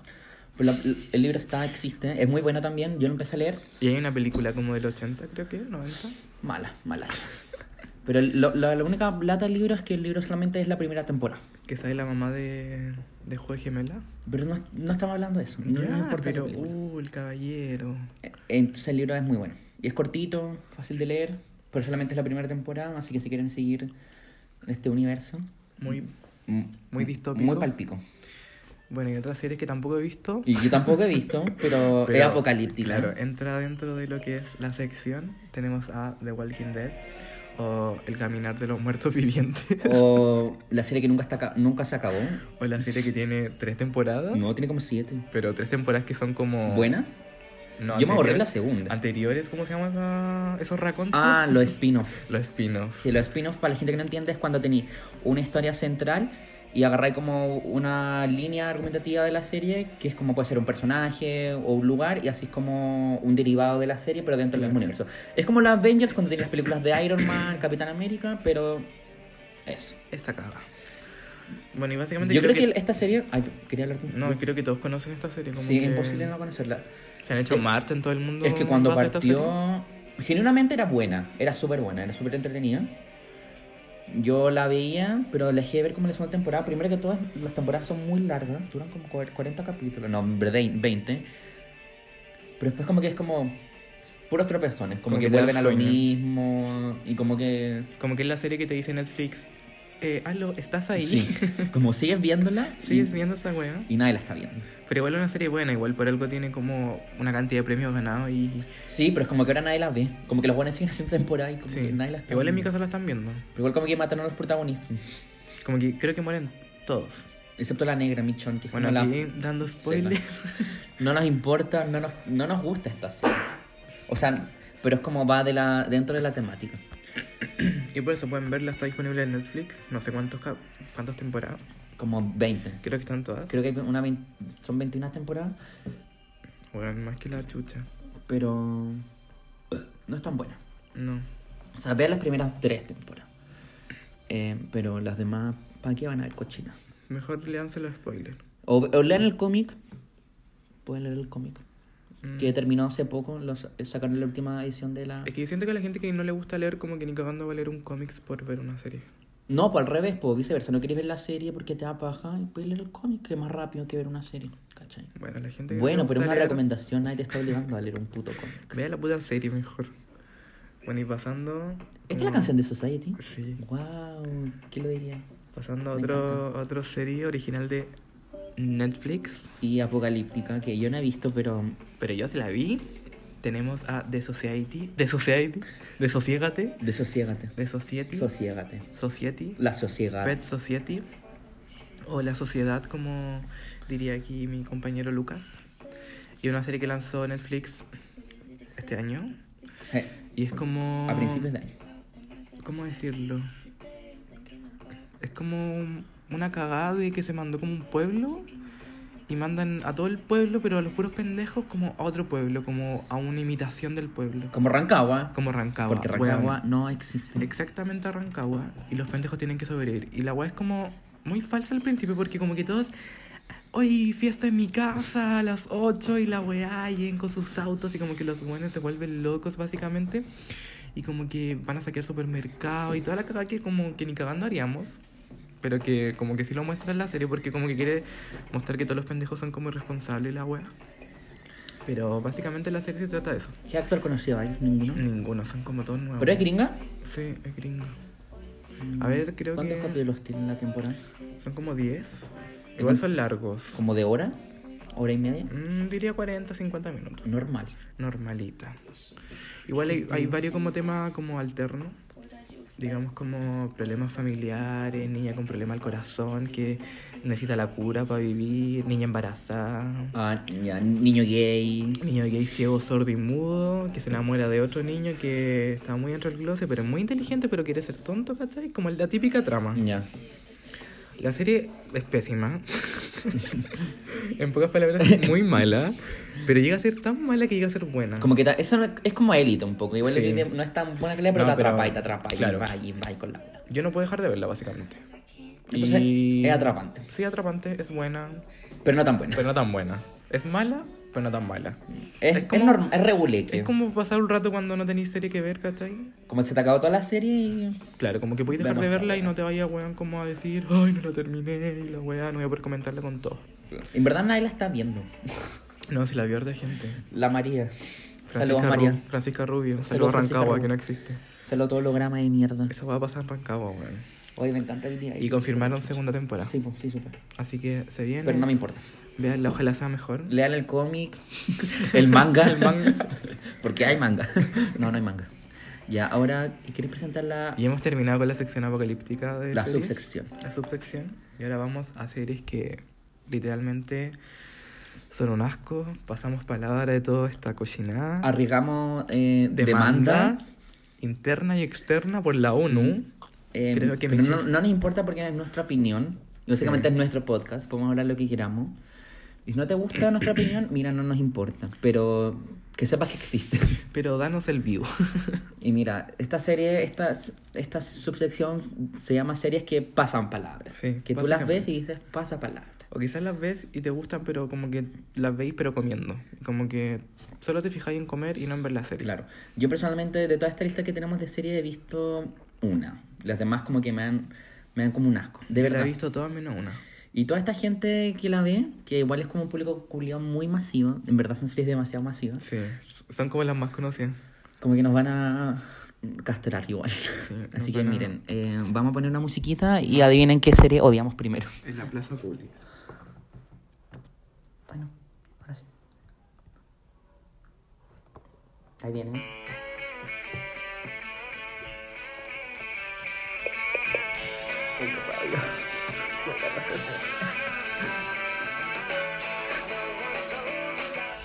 Speaker 2: Pero la- el libro está, existe. Es muy buena también. Yo lo empecé a leer.
Speaker 1: Y hay una película como del 80, creo que, 90.
Speaker 2: Mala, mala. Pero lo- la, la única plata del libro es que el libro solamente es la primera temporada.
Speaker 1: Que sale la mamá de, de Juez Gemela.
Speaker 2: Pero no, no estamos hablando de eso. No
Speaker 1: Ya,
Speaker 2: importa la
Speaker 1: pero,
Speaker 2: película.
Speaker 1: uh, el caballero.
Speaker 2: Eh, Entonces el libro es muy bueno. Y es cortito, fácil de leer, pero solamente es la primera temporada, así que si quieren seguir este universo.
Speaker 1: Muy.
Speaker 2: mm,
Speaker 1: Muy distópico.
Speaker 2: Muy palpico.
Speaker 1: Bueno, y otras series que tampoco he visto.
Speaker 2: Y yo tampoco he visto, pero, es
Speaker 1: Pero,
Speaker 2: apocalíptica.
Speaker 1: Claro, entra dentro de lo que es la sección. Tenemos a The Walking Dead o El Caminar de los Muertos Vivientes.
Speaker 2: O la serie que nunca, está, aca- nunca se acabó.
Speaker 1: O la serie que tiene tres temporadas.
Speaker 2: No, tiene como siete.
Speaker 1: Pero tres temporadas que son como.
Speaker 2: ¿Buenas?
Speaker 1: No,
Speaker 2: Yo me ahorré
Speaker 1: anteriores-
Speaker 2: la segunda.
Speaker 1: Anteriores, ¿cómo se llama esa- esos racontos?
Speaker 2: Ah, los spin-off.
Speaker 1: Los spin-off.
Speaker 2: Que los spin-off, para la gente que no entiende, es cuando tenéis una historia central y agarráis como una línea argumentativa de la serie, que es como puede ser un personaje o un lugar, y así es como un derivado de la serie, pero dentro del mismo universo. Es como los Avengers cuando tenéis las películas de Iron Man, Capitán América, pero. Eso.
Speaker 1: Esta caga. Bueno, y básicamente
Speaker 2: Yo creo que, esta serie. Ay, quería hablar con-
Speaker 1: No, creo que todos conocen esta serie. Como
Speaker 2: Sí,
Speaker 1: que
Speaker 2: es imposible no conocerla.
Speaker 1: Se han hecho
Speaker 2: Eh,
Speaker 1: marcha en todo el mundo.
Speaker 2: Es que cuando
Speaker 1: en base a esta serie.
Speaker 2: partió, genuinamente era buena, era súper buena, era súper entretenida. Yo la veía, pero la dejé de ver como en la segunda temporada. Primero que todas las temporadas son muy largas, duran como cuar- 40 capítulos, no, en verdad, 20. Pero después como que es como puros tropezones, como,
Speaker 1: Como
Speaker 2: que,
Speaker 1: que te da
Speaker 2: vuelven a lo
Speaker 1: sueño.
Speaker 2: mismo y como que...
Speaker 1: Como que es la serie que te dice Netflix. Eh, aló, ¿estás ahí?
Speaker 2: Sí, como sigues viéndola y-
Speaker 1: ¿Sigues viendo esta weá?
Speaker 2: y nadie la está viendo.
Speaker 1: Pero igual es una serie buena, igual por algo tiene como una cantidad de premios ganados y.
Speaker 2: Sí, pero es como que ahora nadie la ve, como que los buenos siguen haciendo temporada y como
Speaker 1: Sí.
Speaker 2: que nadie la está
Speaker 1: Igual en mi
Speaker 2: viendo.
Speaker 1: caso la están viendo.
Speaker 2: Pero igual como que mataron a los protagonistas.
Speaker 1: Como que creo que mueren todos.
Speaker 2: Excepto la negra, Michon, que es
Speaker 1: Bueno,
Speaker 2: como la-
Speaker 1: aquí dando spoilers.
Speaker 2: No nos importa, no nos, no nos gusta esta serie. O sea, pero es como va de la, dentro de la temática.
Speaker 1: y por eso pueden verla, está disponible en Netflix. No sé cuántos cap- cuántas temporadas.
Speaker 2: Como 20.
Speaker 1: Creo que están todas.
Speaker 2: Creo que hay una vein- son 21 temporadas,
Speaker 1: Bueno, más que la chucha.
Speaker 2: pero no es tan buena.
Speaker 1: No.
Speaker 2: O sea, vean las primeras tres temporadas. Eh, pero las demás, ¿para qué van a ver cochinas?
Speaker 1: Mejor leanse los spoilers.
Speaker 2: O, o lean el cómic. Pueden leer el cómic.
Speaker 1: Mm.
Speaker 2: Que terminó hace poco, lo sa- sacaron la última edición de la...
Speaker 1: Es que yo siento que a la gente que no le gusta leer, como que ni cagando va a leer un cómics por ver una serie.
Speaker 2: No, pues al revés, pues viceversa. No quieres ver la serie porque te da paja y puedes leer el cómic, que es más rápido que ver una serie. ¿Cachai?
Speaker 1: Bueno, la gente que no
Speaker 2: Bueno,
Speaker 1: le
Speaker 2: pero
Speaker 1: gusta
Speaker 2: es una
Speaker 1: leer,
Speaker 2: recomendación, nadie te está obligando a leer un puto cómic.
Speaker 1: Vea la puta serie mejor. Bueno, y pasando.
Speaker 2: ¿Esta es la
Speaker 1: como-
Speaker 2: canción de Society?
Speaker 1: Sí.
Speaker 2: Wow, ¿qué lo diría?
Speaker 1: Pasando a
Speaker 2: Me
Speaker 1: otro, otro serie original de Netflix.
Speaker 2: Y Apocalíptica, que yo no he visto, pero
Speaker 1: Pero yo se la vi. Tenemos a The Society. The Society. The Sosiégate.
Speaker 2: de Sosiégate.
Speaker 1: The Society.
Speaker 2: Sosiégate.
Speaker 1: Society.
Speaker 2: La sociedad.
Speaker 1: Pet Society. O La Sociedad, como diría aquí mi compañero Lucas. Y una serie que lanzó Netflix este año.
Speaker 2: Eh,
Speaker 1: Y es como.
Speaker 2: a principios de año.
Speaker 1: ¿Cómo decirlo? Es como un- una cagada de que se mandó como un pueblo y mandan a todo el pueblo, pero a los puros pendejos como a otro pueblo, como a una imitación del pueblo.
Speaker 2: Como Rancagua.
Speaker 1: Como Rancagua.
Speaker 2: Porque
Speaker 1: weón.
Speaker 2: Rancagua no existe.
Speaker 1: Exactamente a Rancagua y los pendejos tienen que sobrevivir. Y la weá es como muy falsa al principio porque como que todos... Hoy fiesta en mi casa a las 8 y la weá lleguen con sus autos y como que los buenos se vuelven locos básicamente. Y como que van a saquear supermercado y toda la cagada que como que ni cagando haríamos. Pero que como que sí lo muestra en la serie porque como que quiere mostrar que todos los pendejos son como irresponsables y la weá. Pero básicamente la serie se trata de eso.
Speaker 2: ¿Qué actor conocido hay? Ninguno.
Speaker 1: Ninguno, son como todos nuevos.
Speaker 2: ¿Pero es gringa?
Speaker 1: Sí, es gringo. A ver, creo
Speaker 2: ¿Cuántos
Speaker 1: que-
Speaker 2: capítulos tiene la temporada?
Speaker 1: Son como 10. Igual son largos.
Speaker 2: ¿Como de hora? ¿Hora y media?
Speaker 1: Mm, diría 40, 50 minutos.
Speaker 2: Normal.
Speaker 1: Normalita. Igual hay, hay varios como temas como alterno. Digamos como problemas familiares, niña con problema al corazón que necesita la cura para vivir, niña embarazada.
Speaker 2: Ah, ya, niño gay.
Speaker 1: Niño gay ciego, sordo y mudo, que se enamora de otro niño que está muy dentro del closet, pero es muy inteligente, pero quiere ser tonto, ¿cachai? Como la típica trama.
Speaker 2: Ya.
Speaker 1: La serie es pésima. En pocas palabras, es muy mala. Pero llega a ser tan mala que llega a ser buena.
Speaker 2: Como que ta- eso no- es como élite un poco. Igual
Speaker 1: Sí.
Speaker 2: Elite no es tan buena que le pero
Speaker 1: No,
Speaker 2: te
Speaker 1: pero-
Speaker 2: atrapa y te atrapa
Speaker 1: claro.
Speaker 2: y va y va y con la bola.
Speaker 1: Yo no puedo dejar de verla, básicamente.
Speaker 2: Entonces, es atrapante.
Speaker 1: Sí, atrapante, es buena,
Speaker 2: Pero no tan buena.
Speaker 1: pero no tan buena. Es mala, pero no tan mala.
Speaker 2: es,
Speaker 1: es
Speaker 2: es,
Speaker 1: como-
Speaker 2: norm- es regulete.
Speaker 1: Es como pasar un rato cuando no tenéis serie que ver, ¿cachai?
Speaker 2: Como se te acabó toda la serie y.
Speaker 1: Claro, como que podéis dejar
Speaker 2: Veamos
Speaker 1: de
Speaker 2: la
Speaker 1: verla y
Speaker 2: weá.
Speaker 1: no te vaya, weón, como a decir, ay, no la terminé, y la weá, no voy a poder comentarla con todo.
Speaker 2: En verdad nadie la está viendo.
Speaker 1: No, si la vio de gente.
Speaker 2: La María.
Speaker 1: Francisca,
Speaker 2: Saludos,
Speaker 1: Ru-
Speaker 2: María.
Speaker 1: Francisca Rubio,
Speaker 2: Saludos,
Speaker 1: saludos a
Speaker 2: Francisca
Speaker 1: Rancagua,
Speaker 2: Rubio.
Speaker 1: que no existe.
Speaker 2: Saludos a todo el holograma de mierda.
Speaker 1: Esa va a pasar en Rancagua, weón.
Speaker 2: Hoy me encanta el día.
Speaker 1: Y confirmaron segunda temporada.
Speaker 2: Sí, pues, sí, súper.
Speaker 1: Así que se viene.
Speaker 2: Pero no me importa.
Speaker 1: Veanla, ojalá sea mejor.
Speaker 2: Lean el cómic, el manga.
Speaker 1: El manga.
Speaker 2: Porque hay manga. No, no hay manga. Ya, ahora, ¿queréis presentar la,
Speaker 1: Y hemos terminado con la sección apocalíptica de
Speaker 2: la
Speaker 1: series.
Speaker 2: subsección?
Speaker 1: La subsección. Y ahora vamos a series que literalmente son un asco. Pasamos palabra de toda esta cochinada.
Speaker 2: Arriesgamos eh,
Speaker 1: demanda,
Speaker 2: demanda.
Speaker 1: interna y externa por la ONU.
Speaker 2: eh,
Speaker 1: Creo que
Speaker 2: pero
Speaker 1: me
Speaker 2: no,
Speaker 1: chifla.
Speaker 2: no nos importa porque es nuestra opinión. Y básicamente es nuestro podcast. Podemos hablar lo que queramos. Y si no te gusta nuestra opinión, mira, no nos importa. Pero que sepas que existe.
Speaker 1: Pero danos el vivo.
Speaker 2: Y mira, esta serie, esta, esta subsección se llama series que pasan palabras.
Speaker 1: Sí,
Speaker 2: que tú las
Speaker 1: básicamente.
Speaker 2: ves y dices, pasa palabra.
Speaker 1: o quizás las ves y te gustan, pero como que las veis pero comiendo. Como que solo te fijáis en comer y no en ver la serie.
Speaker 2: Claro. Yo personalmente, de toda esta lista que tenemos de series, he visto una. Las demás como que me dan, me dan como un asco. De
Speaker 1: Yo la
Speaker 2: verdad.
Speaker 1: he visto todas menos una.
Speaker 2: Y toda esta gente que la ve, que igual es como un público culiado muy masivo, en verdad son series demasiado masivas,
Speaker 1: Sí, son como las más conocidas.
Speaker 2: como que nos van a castrar igual.
Speaker 1: nos
Speaker 2: Así que
Speaker 1: van a-
Speaker 2: miren, eh, vamos a poner una musiquita y adivinen qué serie odiamos primero.
Speaker 1: En la plaza pública.
Speaker 2: Bueno, ahora sí. Ahí viene. ¿eh?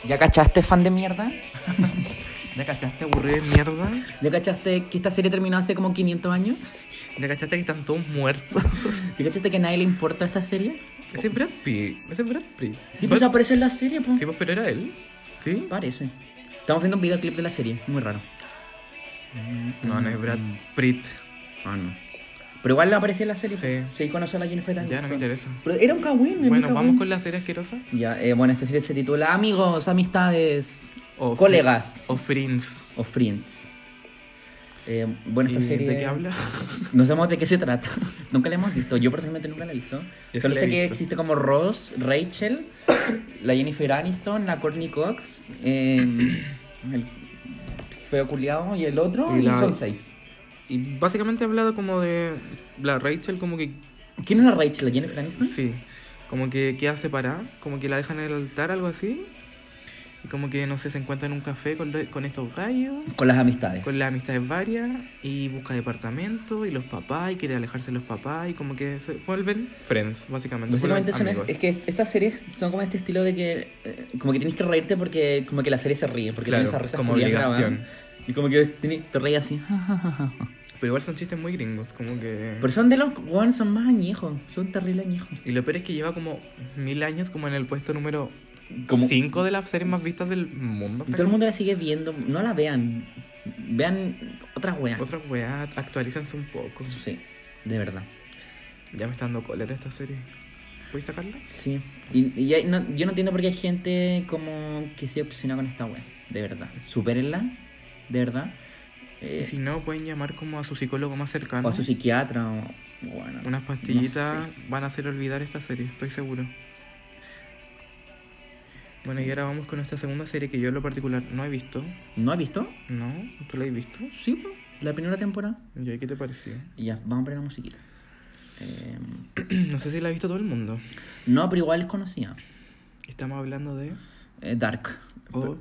Speaker 2: ¿Ya cachaste, fan de mierda?
Speaker 1: ¿Ya cachaste aburrido de mierda?
Speaker 2: ¿Ya cachaste que esta serie terminó hace como 500 años?
Speaker 1: ¿Ya cachaste que están todos muertos?
Speaker 2: ¿Ya cachaste que a nadie le importa esta serie?
Speaker 1: Ese es Brad Pitt. Ese es Brad Pitt.
Speaker 2: Sí,
Speaker 1: Brad-
Speaker 2: pues aparece en la serie, pues.
Speaker 1: sí, pues, pero era él. ¿Sí?
Speaker 2: Parece. Estamos viendo un videoclip de la serie, muy raro.
Speaker 1: No, no es Brad Pitt.
Speaker 2: Ah, no. Pero igual aparecía en la serie.
Speaker 1: Sí.
Speaker 2: Sí, conoció a la Jennifer Aniston.
Speaker 1: Ya, no me interesa.
Speaker 2: Pero era un cagüín, era un
Speaker 1: Bueno,
Speaker 2: cagüín.
Speaker 1: vamos con la serie asquerosa.
Speaker 2: Ya, eh, bueno, esta serie se titula Amigos, Amistades,
Speaker 1: O
Speaker 2: Colegas
Speaker 1: O Friends.
Speaker 2: o Friends. Eh, bueno, esta
Speaker 1: ¿Y
Speaker 2: serie...
Speaker 1: ¿De qué habla?
Speaker 2: No sabemos de qué se trata. nunca la hemos visto. Yo personalmente nunca la he visto.
Speaker 1: Yo sí
Speaker 2: Solo
Speaker 1: la he
Speaker 2: sé que
Speaker 1: visto.
Speaker 2: existe como Ross, Rachel, la Jennifer Aniston, la Courtney Cox, eh, el feo culiao y el otro,
Speaker 1: Y
Speaker 2: y,
Speaker 1: la-
Speaker 2: son seis.
Speaker 1: Y básicamente ha hablado como de la Rachel, como que.
Speaker 2: ¿Quién es la Rachel? ¿La Jennifer Aniston?
Speaker 1: Sí. Como que queda separada. Como que la dejan en el altar, algo así. Y como que, no sé, se encuentra en un café con, lo- con estos gallos.
Speaker 2: Con las amistades.
Speaker 1: Con las amistades varias. Y busca departamento. Y los papás. Y quiere alejarse de los papás. Y como que se vuelven friends, básicamente.
Speaker 2: Básicamente son-
Speaker 1: vuelven amigos.
Speaker 2: es que estas series son como este estilo de que eh, como que tienes que reírte porque como que la serie se ríe, porque
Speaker 1: Claro,
Speaker 2: tiene esas risas
Speaker 1: como
Speaker 2: culiadas grabadas.
Speaker 1: obligación.
Speaker 2: Y como que tenés- te reías así.
Speaker 1: Pero igual son chistes muy gringos. Como que.
Speaker 2: Pero son de los weón, son más añejos, son terrible añejos.
Speaker 1: Y lo peor es que lleva como mil años como en el puesto número
Speaker 2: Como-
Speaker 1: 5 de las series más vistas del mundo.
Speaker 2: Y todo el mundo la sigue viendo, no la vean. Vean otras weas.
Speaker 1: Otras weas, actualícense un poco.
Speaker 2: Sí, de verdad.
Speaker 1: Ya me está dando cólera esta serie. ¿Puedes sacarla?
Speaker 2: Sí. Y, y hay- no- yo no entiendo por qué hay gente como que se obsesiona con esta wea, de verdad. Supérenla, de verdad. Eh,
Speaker 1: Y si no, pueden llamar como a su psicólogo más cercano.
Speaker 2: o a su psiquiatra o o bueno,
Speaker 1: Unas
Speaker 2: no
Speaker 1: pastillitas
Speaker 2: sé.
Speaker 1: van a hacer olvidar esta serie, estoy seguro. Bueno, y ahora vamos con nuestra segunda serie que yo en lo particular no he visto.
Speaker 2: ¿No has visto?
Speaker 1: ¿No? ¿Tú la has visto?
Speaker 2: Sí, po, la primera temporada.
Speaker 1: ¿Y ahí qué te pareció?
Speaker 2: Y ya, vamos a poner la musiquita. Eh,
Speaker 1: no sé si la ha visto todo el mundo.
Speaker 2: no, pero igual es conocida.
Speaker 1: Estamos hablando de...
Speaker 2: Eh, dark.
Speaker 1: O-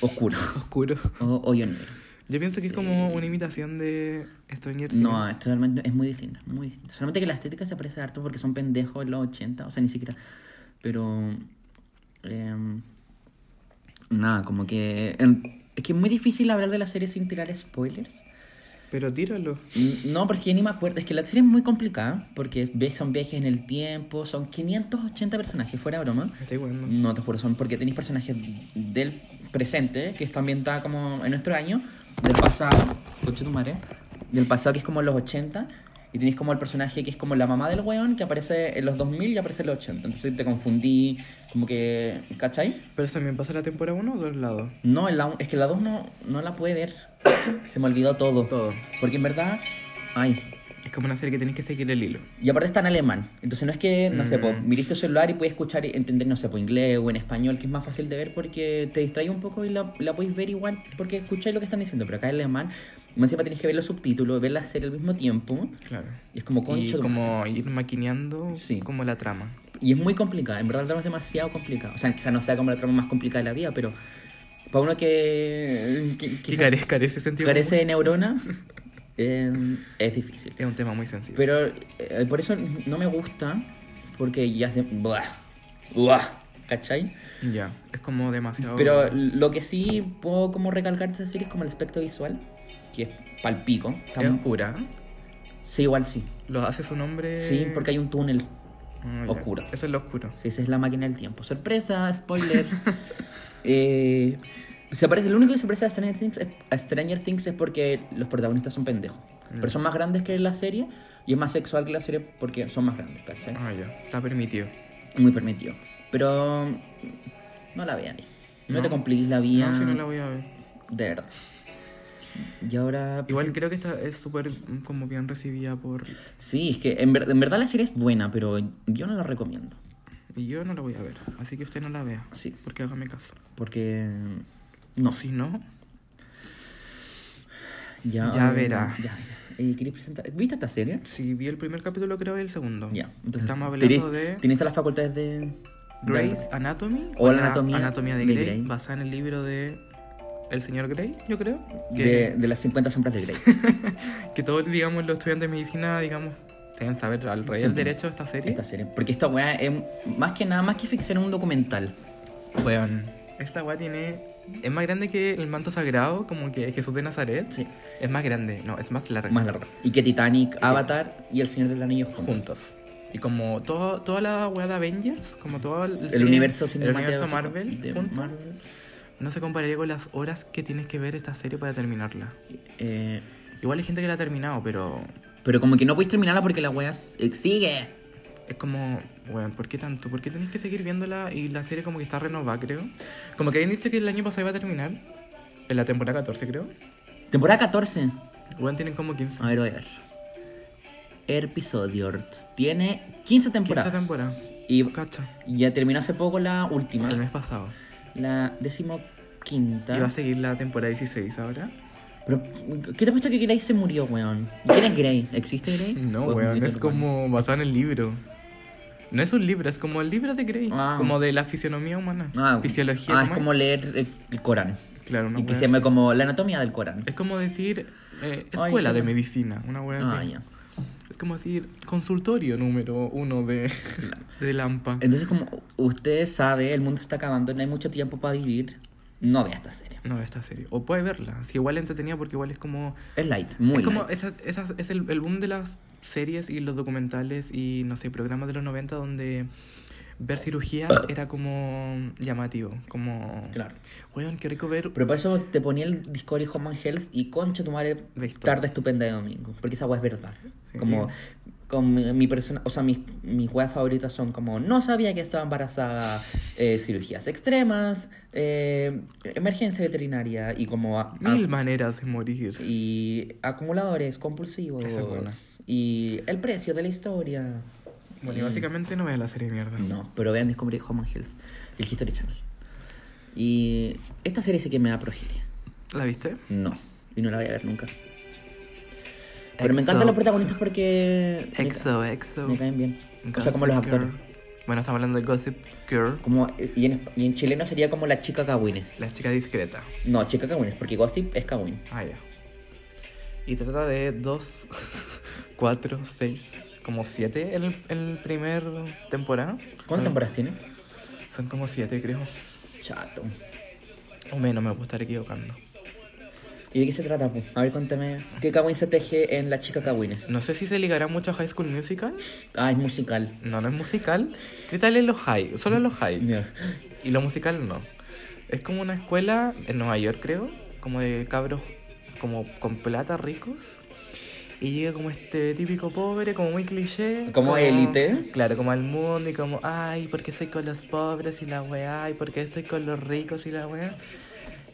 Speaker 2: Oscuro.
Speaker 1: Oscuro.
Speaker 2: o hoyo negro.
Speaker 1: Yo pienso que es como una imitación de Stranger Things.
Speaker 2: No, esto realmente es muy distinta. Muy distinta. Solamente que la estética se parece harto porque son pendejos los 80. O sea, ni siquiera. Pero. eh, nada, como que. en- es que es muy difícil hablar de la serie sin tirar spoilers.
Speaker 1: Pero tíralo.
Speaker 2: No, porque yo ni me acuerdo. Es que la serie es muy complicada. Porque ve- son viajes en el tiempo. Son 580 personajes, fuera de broma.
Speaker 1: Me está igualando.
Speaker 2: No, te juro, son porque tenéis personajes del presente, que está ambientada como en nuestro año, del pasado, coche tu madre, del pasado que es como los 80, y tenéis como el personaje que es como la mamá del weón, que aparece en los 2000 y aparece en los 80. Entonces te confundí, como que, ¿cachai?
Speaker 1: Pero eso también pasa en la temporada 1 o dos lados.
Speaker 2: No, en la un- es que la 2 no, no la puede ver. Se me olvidó todo.
Speaker 1: Todo.
Speaker 2: Porque en verdad, ay,
Speaker 1: Es como una serie que tenés que seguir el hilo.
Speaker 2: y aparte está en alemán. Entonces no es que, no sé, po,
Speaker 1: Mm.
Speaker 2: mirís tu celular y puedes escuchar, y entender, no sé, po, inglés o en español, que es más fácil de ver porque te distrae un poco y la, la podéis ver igual porque escucháis lo que están diciendo. Pero acá en alemán, más encima tenés que ver los subtítulos, ver la serie al mismo tiempo.
Speaker 1: Claro.
Speaker 2: Y es como concha.
Speaker 1: y
Speaker 2: tu madre.
Speaker 1: como ir maquineando
Speaker 2: Sí.
Speaker 1: como la trama.
Speaker 2: Y es muy complicada. En verdad la trama es demasiado complicada. O sea, quizá no sea como la trama más complicada de la vida, pero para uno que, que,
Speaker 1: Y
Speaker 2: quizá
Speaker 1: carece, carece sentido.
Speaker 2: carece de neurona, eh, es difícil.
Speaker 1: común. Es un tema muy sencillo.
Speaker 2: Pero eh, por eso no me gusta, porque ya se... Buah, buah, ¿Cachai?
Speaker 1: Ya. Es como demasiado.
Speaker 2: Pero lo que sí puedo como recalcar de esta serie es como el aspecto visual, que es palpico.
Speaker 1: Es oscura.
Speaker 2: Sí, igual sí.
Speaker 1: Lo hace su nombre.
Speaker 2: Sí, porque hay un túnel.
Speaker 1: Ah, ya.
Speaker 2: oscuro.
Speaker 1: Eso es lo oscuro.
Speaker 2: Sí, esa es la máquina del tiempo. Sorpresa, spoiler. Eh, se parece, lo único que se parece a Stranger Things es, a Stranger Things es porque los protagonistas son pendejos. Pero son más grandes que la serie y es más sexual que la serie porque son más grandes, ¿cachai?
Speaker 1: Ah, ya. Está permitido.
Speaker 2: Muy permitido. Pero no la vean. No,
Speaker 1: No.
Speaker 2: te compliques la vida.
Speaker 1: No, si no la voy a ver.
Speaker 2: De verdad. Y ahora... pues,
Speaker 1: Igual creo que esta es súper mm, como bien recibida por.
Speaker 2: Sí, es que en, ver- en verdad la serie es buena, pero yo no la recomiendo.
Speaker 1: Y yo no la voy a ver. Así que usted no la vea.
Speaker 2: Sí.
Speaker 1: Porque hágame caso.
Speaker 2: Porque... No,
Speaker 1: Si no,
Speaker 2: ya,
Speaker 1: Ya verá.
Speaker 2: Ya, verá. Eh, ¿queréis presentar? ¿Viste esta serie?
Speaker 1: si vi el primer capítulo, creo que el segundo.
Speaker 2: Ya. Entonces,
Speaker 1: Estamos hablando de
Speaker 2: Tienes las facultades de...
Speaker 1: Grey's Anatomy.
Speaker 2: O la
Speaker 1: Ana-
Speaker 2: anatomía
Speaker 1: de,
Speaker 2: de
Speaker 1: Grey,
Speaker 2: Grey.
Speaker 1: Basada en el libro de. El señor Grey, yo creo.
Speaker 2: De,
Speaker 1: Que,
Speaker 2: de, de las 50 sombras de Grey.
Speaker 1: que todos, digamos, los estudiantes de medicina, digamos, deben saber al rey
Speaker 2: Sí.
Speaker 1: del derecho esta serie.
Speaker 2: esta serie. Porque esta weá es más que nada, más que ficción, es un documental.
Speaker 1: Weón, esta weá tiene. Es más grande que el manto sagrado, como que Jesús de Nazaret.
Speaker 2: Sí.
Speaker 1: Es más grande, no, es más larga.
Speaker 2: Más larga. Y que Titanic, Avatar y El Señor del Anillo juntos.
Speaker 1: Juntos. Y como todo, toda la weá de Avengers, como todo el,
Speaker 2: El
Speaker 1: serie-
Speaker 2: universo
Speaker 1: el universo
Speaker 2: cinematográfico
Speaker 1: Marvel,
Speaker 2: de
Speaker 1: junto,
Speaker 2: Marvel.
Speaker 1: no se compararía con las horas que tienes que ver esta serie para terminarla.
Speaker 2: Eh,
Speaker 1: Igual hay gente que la ha terminado, pero
Speaker 2: pero como que no podéis terminarla porque la wea s- eh, sigue.
Speaker 1: es como, weón, ¿por qué tanto? ¿Por qué tenés que seguir viéndola? Y la serie como que está renovada, creo. Como que habían dicho que el año pasado iba a terminar, en la temporada 14, creo.
Speaker 2: Temporada 14.
Speaker 1: Weón, tienen como 15.
Speaker 2: A ver, voy a ver. Episodio. Tiene 15 temporadas.
Speaker 1: 15 temporadas.
Speaker 2: Y
Speaker 1: Cacha.
Speaker 2: ya terminó hace poco la última.
Speaker 1: El mes pasado.
Speaker 2: La
Speaker 1: Y va
Speaker 2: decimoquinta.
Speaker 1: a seguir la temporada 16 ahora.
Speaker 2: Pero, ¿qué te ha puesto que Grey se murió, weón? ¿Quién es Grey? ¿Existe Pues, Grey?
Speaker 1: No,
Speaker 2: O-
Speaker 1: weón,
Speaker 2: Grey
Speaker 1: es
Speaker 2: Tatuán.
Speaker 1: como basado en el libro. No es un libro, es como el libro de Grey.
Speaker 2: Ah.
Speaker 1: Como de la fisionomía humana.
Speaker 2: Ah,
Speaker 1: Fisiología.
Speaker 2: Ah, es
Speaker 1: ¿cómo
Speaker 2: como leer el, el Corán.
Speaker 1: Claro, una
Speaker 2: y que
Speaker 1: wea
Speaker 2: se llama
Speaker 1: así.
Speaker 2: como la anatomía del Corán.
Speaker 1: Es como decir eh,
Speaker 2: Ay,
Speaker 1: escuela
Speaker 2: sí,
Speaker 1: de
Speaker 2: no.
Speaker 1: medicina, una wea
Speaker 2: Ah,
Speaker 1: así.
Speaker 2: ya.
Speaker 1: Es como decir consultorio número uno de, de Lampa.
Speaker 2: Entonces, como usted sabe, el mundo está acabando, no hay mucho tiempo para vivir. No vea esta serie.
Speaker 1: No, esta serie. O puede verla. Si igual es entretenida porque igual es como...
Speaker 2: Es light, muy
Speaker 1: es como
Speaker 2: light.
Speaker 1: esa- esas- es el, el boom de las series y los documentales y, no sé, programas de los 90 donde ver cirugía era como llamativo. Como...
Speaker 2: Ah. Claro.
Speaker 1: Weón, qué rico ver...
Speaker 2: Pero para eso te ponía el Discovery Home and Health y concha tu madre,
Speaker 1: Listo.
Speaker 2: tarde estupenda de domingo. Porque esa weá es verdad.
Speaker 1: Sí.
Speaker 2: Como con mi, mi persona, o sea, mis, mis weas favoritas son como no sabía que estaba embarazada, eh, cirugías extremas, eh, emergencia veterinaria y como a- a-
Speaker 1: Mil maneras de morir.
Speaker 2: y acumuladores compulsivos
Speaker 1: Esa es buena.
Speaker 2: y el precio de la historia.
Speaker 1: Bueno, y
Speaker 2: Y-
Speaker 1: básicamente no veas la serie de mierda.
Speaker 2: no, pero vean Discovery Home and Health, el History Channel. Y esta serie sí que me da progeria.
Speaker 1: ¿La viste?
Speaker 2: No, y no la voy a ver nunca. Pero me encantan los protagonistas porque me, ca-
Speaker 1: Exo, exo.
Speaker 2: me caen bien. O sea,
Speaker 1: Gossip
Speaker 2: como los actores.
Speaker 1: Girl. Bueno, estamos hablando de Gossip Girl,
Speaker 2: Como, y, en, y en chileno sería como la chica Cagüines.
Speaker 1: la chica discreta.
Speaker 2: No, chica Cagüines, porque Gossip es Cagüín.
Speaker 1: Ah, ya. Y trata de dos, cuatro, seis, como siete en el, en el primer temporada. Ah,
Speaker 2: ¿Cuántas temporadas tiene?
Speaker 1: Son como siete, creo.
Speaker 2: Chato.
Speaker 1: O menos, me puedo estar equivocando.
Speaker 2: ¿Y de qué se trata? pues? A ver, cuéntame. ¿Qué Kawin se teje en La Chica Kawines?
Speaker 1: No sé si se ligará mucho a High School Musical.
Speaker 2: Ah, es musical.
Speaker 1: No, no es musical. ¿Qué tal es los high? Solo los high.
Speaker 2: Ya.
Speaker 1: Y lo musical no. Es como una escuela en Nueva York, creo, como de cabros como con plata ricos. Y llega como este típico pobre, como muy cliché.
Speaker 2: Como élite.
Speaker 1: Claro, como al mundo y como, ay, ¿por qué estoy con los pobres y la weá? ¿Y por qué estoy con los ricos y la weá?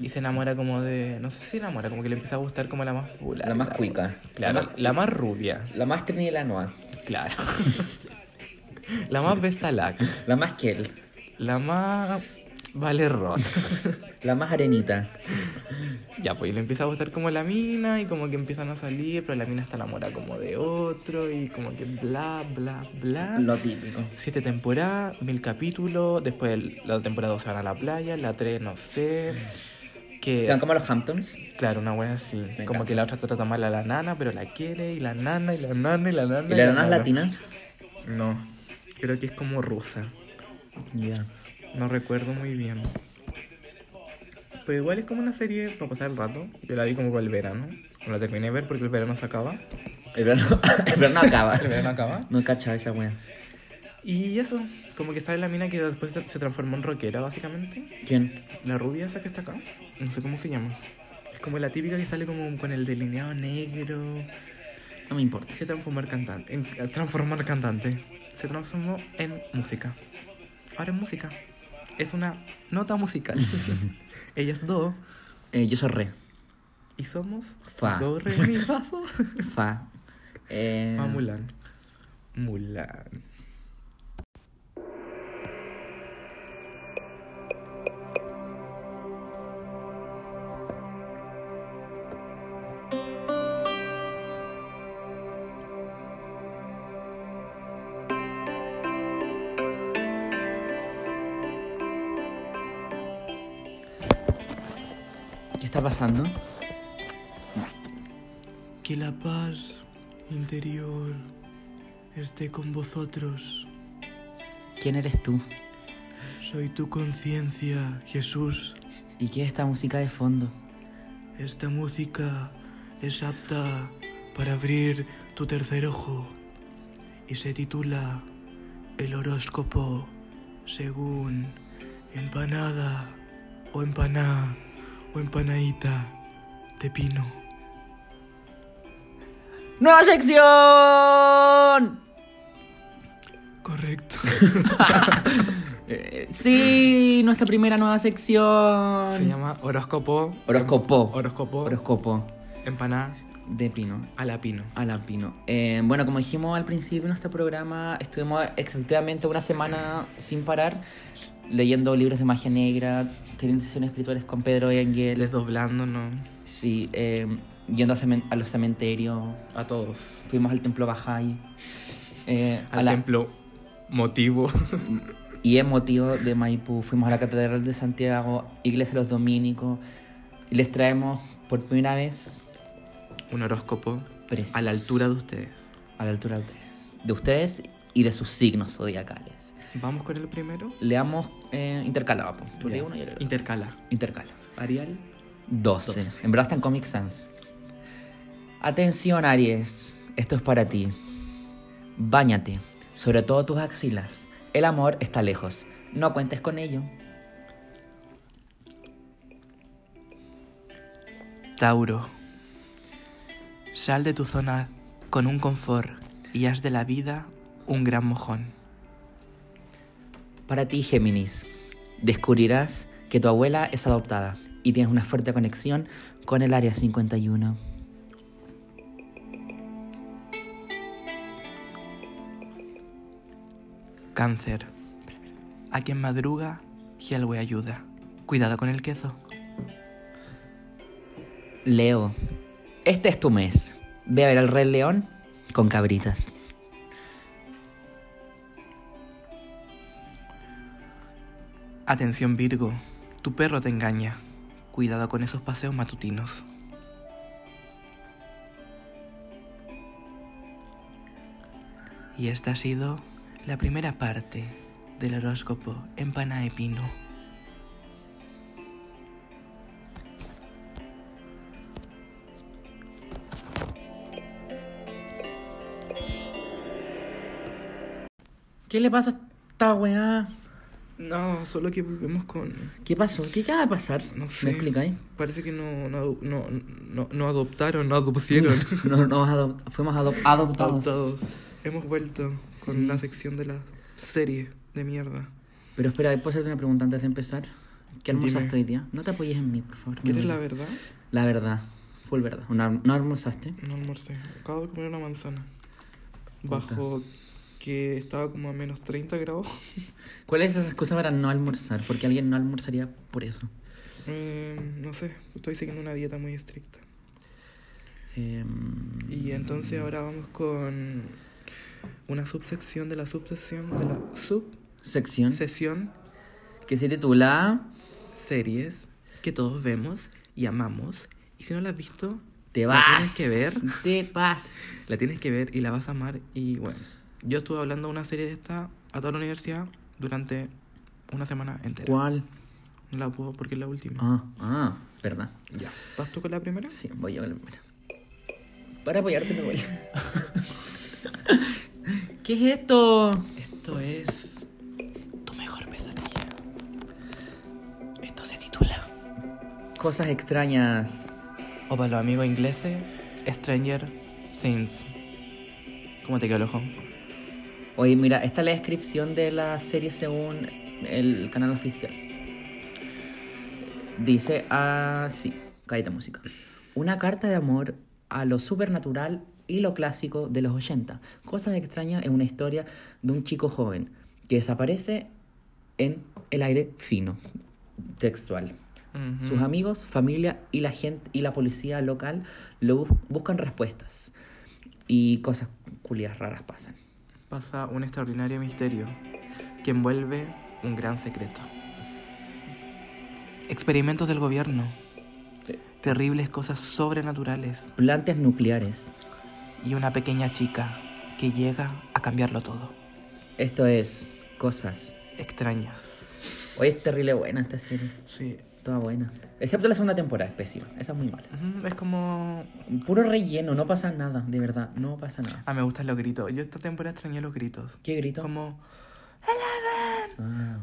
Speaker 1: Y se enamora como de, no sé si enamora, como que le empieza a gustar como la más pula.
Speaker 2: La más
Speaker 1: weá.
Speaker 2: cuica.
Speaker 1: Claro,
Speaker 2: La
Speaker 1: la
Speaker 2: más
Speaker 1: más, rubia.
Speaker 2: La más Trini de la Noa.
Speaker 1: Claro. la más bestalac.
Speaker 2: La más Kel.
Speaker 1: La más valerrón.
Speaker 2: La más Arenita.
Speaker 1: Ya, pues y le empieza a gustar como la mina y como que empiezan a salir, pero la mina está enamorada como de otro y como que bla, bla, bla.
Speaker 2: Lo típico.
Speaker 1: Siete temporadas, mil capítulos, después el- la temporada 2 se van a la playa, la 3 no sé. Que,
Speaker 2: Se van como a los Hamptons.
Speaker 1: claro, una wea así.
Speaker 2: Me
Speaker 1: como que la otra trata mal a la nana, pero la quiere, y la nana, y la nana, y la nana.
Speaker 2: ¿Y la nana es latina?
Speaker 1: No, creo que es como rusa.
Speaker 2: Ya.
Speaker 1: No recuerdo muy bien. Pero igual es como una serie para pasar el rato. Yo la vi como para el verano. No la terminé de ver porque el verano se acaba.
Speaker 2: El verano, el verano acaba.
Speaker 1: El verano acaba.
Speaker 2: No cachaba esa wea.
Speaker 1: Y eso, como que sale la mina que después se se transformó en rockera, básicamente.
Speaker 2: ¿Quién?
Speaker 1: La rubia esa que está acá. No sé cómo se llama. Es como la típica que sale como con el delineado negro.
Speaker 2: No me importa.
Speaker 1: Se transformó en cantante. En, al transformar cantante. Se transformó en música. Ahora es música. Es una nota musical. Ella es do.
Speaker 2: Eh, yo soy re.
Speaker 1: Y somos
Speaker 2: Fa.
Speaker 1: Do, re, mi, fa, sol.
Speaker 2: Fa. Eh,
Speaker 1: Fa Ah, Mulan. Mulan.
Speaker 2: ¿Qué está pasando?
Speaker 1: Que la paz interior esté con vosotros.
Speaker 2: ¿Quién eres tú?
Speaker 1: Soy tu conciencia, Jesús.
Speaker 2: ¿Y qué es esta música de fondo?
Speaker 1: Esta música es apta para abrir tu tercer ojo y se titula El horóscopo según empanada o empaná o empanadita de pino.
Speaker 2: ¡Nueva sección!
Speaker 1: Correcto.
Speaker 2: Eh, sí, nuestra primera nueva
Speaker 1: Se
Speaker 2: sección.
Speaker 1: llama horóscopo.
Speaker 2: Horóscopo.
Speaker 1: Horóscopo.
Speaker 2: Horóscopo.
Speaker 1: Empaná
Speaker 2: De Pino.
Speaker 1: a la pino.
Speaker 2: A la Pino. Eh, bueno, como dijimos al principio de nuestro programa, estuvimos exactamente una semana sin parar leyendo libros de magia negra, teniendo sesiones espirituales con Pedro Engel,
Speaker 1: Desdoblándonos
Speaker 2: sí, eh, yendo a, cemen- a los cementerios,
Speaker 1: a todos.
Speaker 2: fuimos al templo Bajay, eh, a
Speaker 1: Al
Speaker 2: la-
Speaker 1: templo motivo.
Speaker 2: y emotivo de Maipú, fuimos a la Catedral de Santiago, Iglesia de los Dominicos, y les traemos por primera vez
Speaker 1: Un horóscopo
Speaker 2: precios.
Speaker 1: a la altura de ustedes.
Speaker 2: a la altura de ustedes, de ustedes y de sus signos zodiacales.
Speaker 1: Vamos con el primero.
Speaker 2: leamos eh, intercalado. po. Tú
Speaker 1: Ya.
Speaker 2: lees uno y yo leo el otro.
Speaker 1: Intercala.
Speaker 2: Intercala.
Speaker 1: Arial.
Speaker 2: 12. En verdad está en Comic Sans. Atención, Aries. Esto es para ti. Báñate. Sobre todo tus axilas. El amor está lejos. No cuentes con ello.
Speaker 1: Tauro. Sal de tu zona con un confort y haz de la vida un gran mojón.
Speaker 2: Para ti, Géminis. Descubrirás que tu abuela es adoptada y tienes una fuerte conexión con el Área 51.
Speaker 1: Cáncer. A quien madruga, Hialwe ayuda. Cuidado con el queso.
Speaker 2: Leo. Este es tu mes. Ve a ver al Rey León con cabritas.
Speaker 1: Atención Virgo, tu perro te engaña. Cuidado con esos paseos matutinos. Y esta ha sido la primera parte del horóscopo en Panaepino.
Speaker 2: ¿Qué le pasa a esta weá?
Speaker 1: No, solo que volvemos con...
Speaker 2: ¿Qué pasó? ¿Qué acaba de pasar?
Speaker 1: No sé.
Speaker 2: ¿Me explicáis?
Speaker 1: Parece que no, no, adu- no, no, no adoptaron, no adopcieron.
Speaker 2: No, no, adop- fuimos adop- adoptados.
Speaker 1: Adoptados. Hemos vuelto con
Speaker 2: Sí.
Speaker 1: la sección de la serie de mierda.
Speaker 2: Pero espera, después hacerte una pregunta antes de empezar. ¿Qué hermosa
Speaker 1: Dime.
Speaker 2: estoy hoy día? No te apoyes en mí, por favor.
Speaker 1: ¿Quieres
Speaker 2: Me
Speaker 1: la
Speaker 2: duele.
Speaker 1: verdad?
Speaker 2: La verdad. Full verdad. No, ar- no almorzaste.
Speaker 1: No almorcé. Acabo de comer una manzana.
Speaker 2: Puta.
Speaker 1: Bajo que estaba como a menos 30 grados.
Speaker 2: ¿Cuál es esa excusa para no almorzar? Porque alguien no almorzaría por eso.
Speaker 1: Eh, no sé, estoy siguiendo una dieta muy estricta.
Speaker 2: Em,
Speaker 1: Y entonces ahora vamos con una subsección de la subsección de la
Speaker 2: sección
Speaker 1: subsección
Speaker 2: que se titula
Speaker 1: series que todos vemos y amamos. Y si no la has visto,
Speaker 2: Te
Speaker 1: la
Speaker 2: vas.
Speaker 1: tienes que ver.
Speaker 2: Te vas.
Speaker 1: La tienes que ver y la vas a amar. Y bueno, yo estuve hablando de una serie de esta a toda la universidad durante una semana entera.
Speaker 2: ¿Cuál?
Speaker 1: No la puedo porque es la última.
Speaker 2: Ah, ah, verdad.
Speaker 1: Ya. ¿Vas tú con la primera?
Speaker 2: Sí, voy yo con la primera. Para apoyarte me voy. ¿Qué es esto?
Speaker 1: Esto es tu mejor pesadilla. Esto se titula.
Speaker 2: Cosas extrañas.
Speaker 1: O para los amigos ingleses, Stranger Things. ¿Cómo te quedó el ojo?
Speaker 2: Oye, mira, esta es la descripción de la serie según el canal oficial. Dice así, cállate música. Una carta de amor a lo supernatural y lo clásico de los 80. Cosas extrañas en una historia de un chico joven que desaparece en el aire fino. Textual.
Speaker 1: Ujú.
Speaker 2: Sus amigos, familia y la gente y la policía local lo bus- buscan respuestas. Y cosas culias raras pasan.
Speaker 1: Pasa un extraordinario misterio que envuelve un gran secreto. Experimentos del gobierno. Terribles cosas sobrenaturales.
Speaker 2: plantas nucleares.
Speaker 1: Y una pequeña chica que llega a cambiarlo todo.
Speaker 2: Esto es cosas.
Speaker 1: Extrañas.
Speaker 2: Hoy es terrible buena esta serie.
Speaker 1: Sí.
Speaker 2: Toda buena. Excepto la segunda temporada, es pésima. Esa es muy mala.
Speaker 1: Ujú, Es como
Speaker 2: Puro relleno, no pasa nada, de verdad. No pasa nada.
Speaker 1: Ah, me gustan los gritos. Yo esta temporada extrañé los gritos.
Speaker 2: ¿Qué grito?
Speaker 1: Como
Speaker 2: Ah.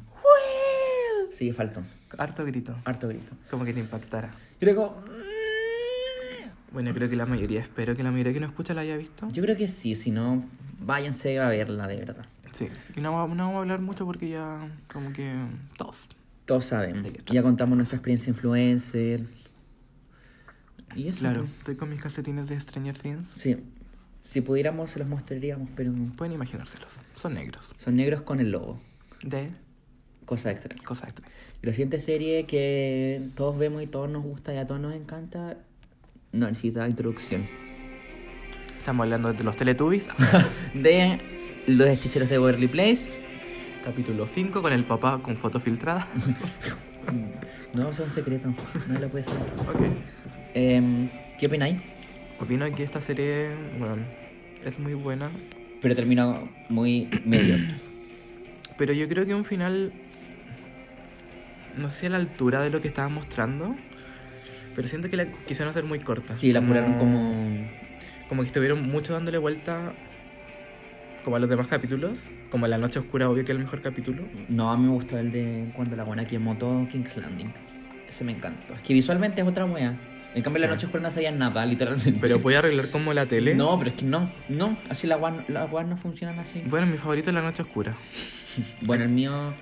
Speaker 2: Sí, faltó.
Speaker 1: harto grito.
Speaker 2: Harto grito.
Speaker 1: Como que te impactara.
Speaker 2: Yo creo,
Speaker 1: Bueno, creo que la mayoría, espero que la mayoría que no escucha la haya visto.
Speaker 2: mm. yo creo que sí, si no, váyanse a verla, de verdad.
Speaker 1: Sí. Y no, va- no vamos a hablar mucho porque ya como que todos.
Speaker 2: Todos saben.
Speaker 1: ¿De qué trata?
Speaker 2: Ya contamos nuestra experiencia influencer. Y eso.
Speaker 1: Claro,
Speaker 2: pues.
Speaker 1: estoy con mis calcetines de Stranger Things.
Speaker 2: Sí. Si pudiéramos, se los mostraríamos, pero
Speaker 1: Pueden imaginárselos. Son negros.
Speaker 2: son negros con el logo.
Speaker 1: De
Speaker 2: Cosa extraña.
Speaker 1: cosas extrañas.
Speaker 2: La siguiente serie que todos vemos y todos nos gusta y a todos nos encanta, no necesita introducción.
Speaker 1: Estamos hablando de los Teletubbies.
Speaker 2: De Los Hechiceros de Waverly Place.
Speaker 1: Capítulo 5 con el papá con foto filtrada.
Speaker 2: No, son secretos, no lo puedes saber.
Speaker 1: ok.
Speaker 2: Em, ¿Qué opináis?
Speaker 1: Opino que esta serie, bueno, es muy buena.
Speaker 2: Pero terminó muy medio.
Speaker 1: Pero yo creo que un final. No sé a la altura de lo que estaban mostrando. Pero siento que la quisieron hacer muy corta. Mm.
Speaker 2: Sí, la
Speaker 1: Como-
Speaker 2: apuraron como...
Speaker 1: Como que estuvieron mucho dándole vuelta. Como a los demás capítulos. Como La Noche Oscura, obvio que es el mejor capítulo.
Speaker 2: No, a mí me gustó el de cuando la buena quemó King's Landing. Ese me encantó. Es que visualmente es otra wea. En cambio,
Speaker 1: Sí.
Speaker 2: la noche oscura no sabía nada, literalmente.
Speaker 1: Pero voy a arreglar como la tele.
Speaker 2: No, pero es que no, no. Así las weas las weas no funcionan así.
Speaker 1: Bueno, mi favorito es La Noche Oscura.
Speaker 2: Bueno, el mío.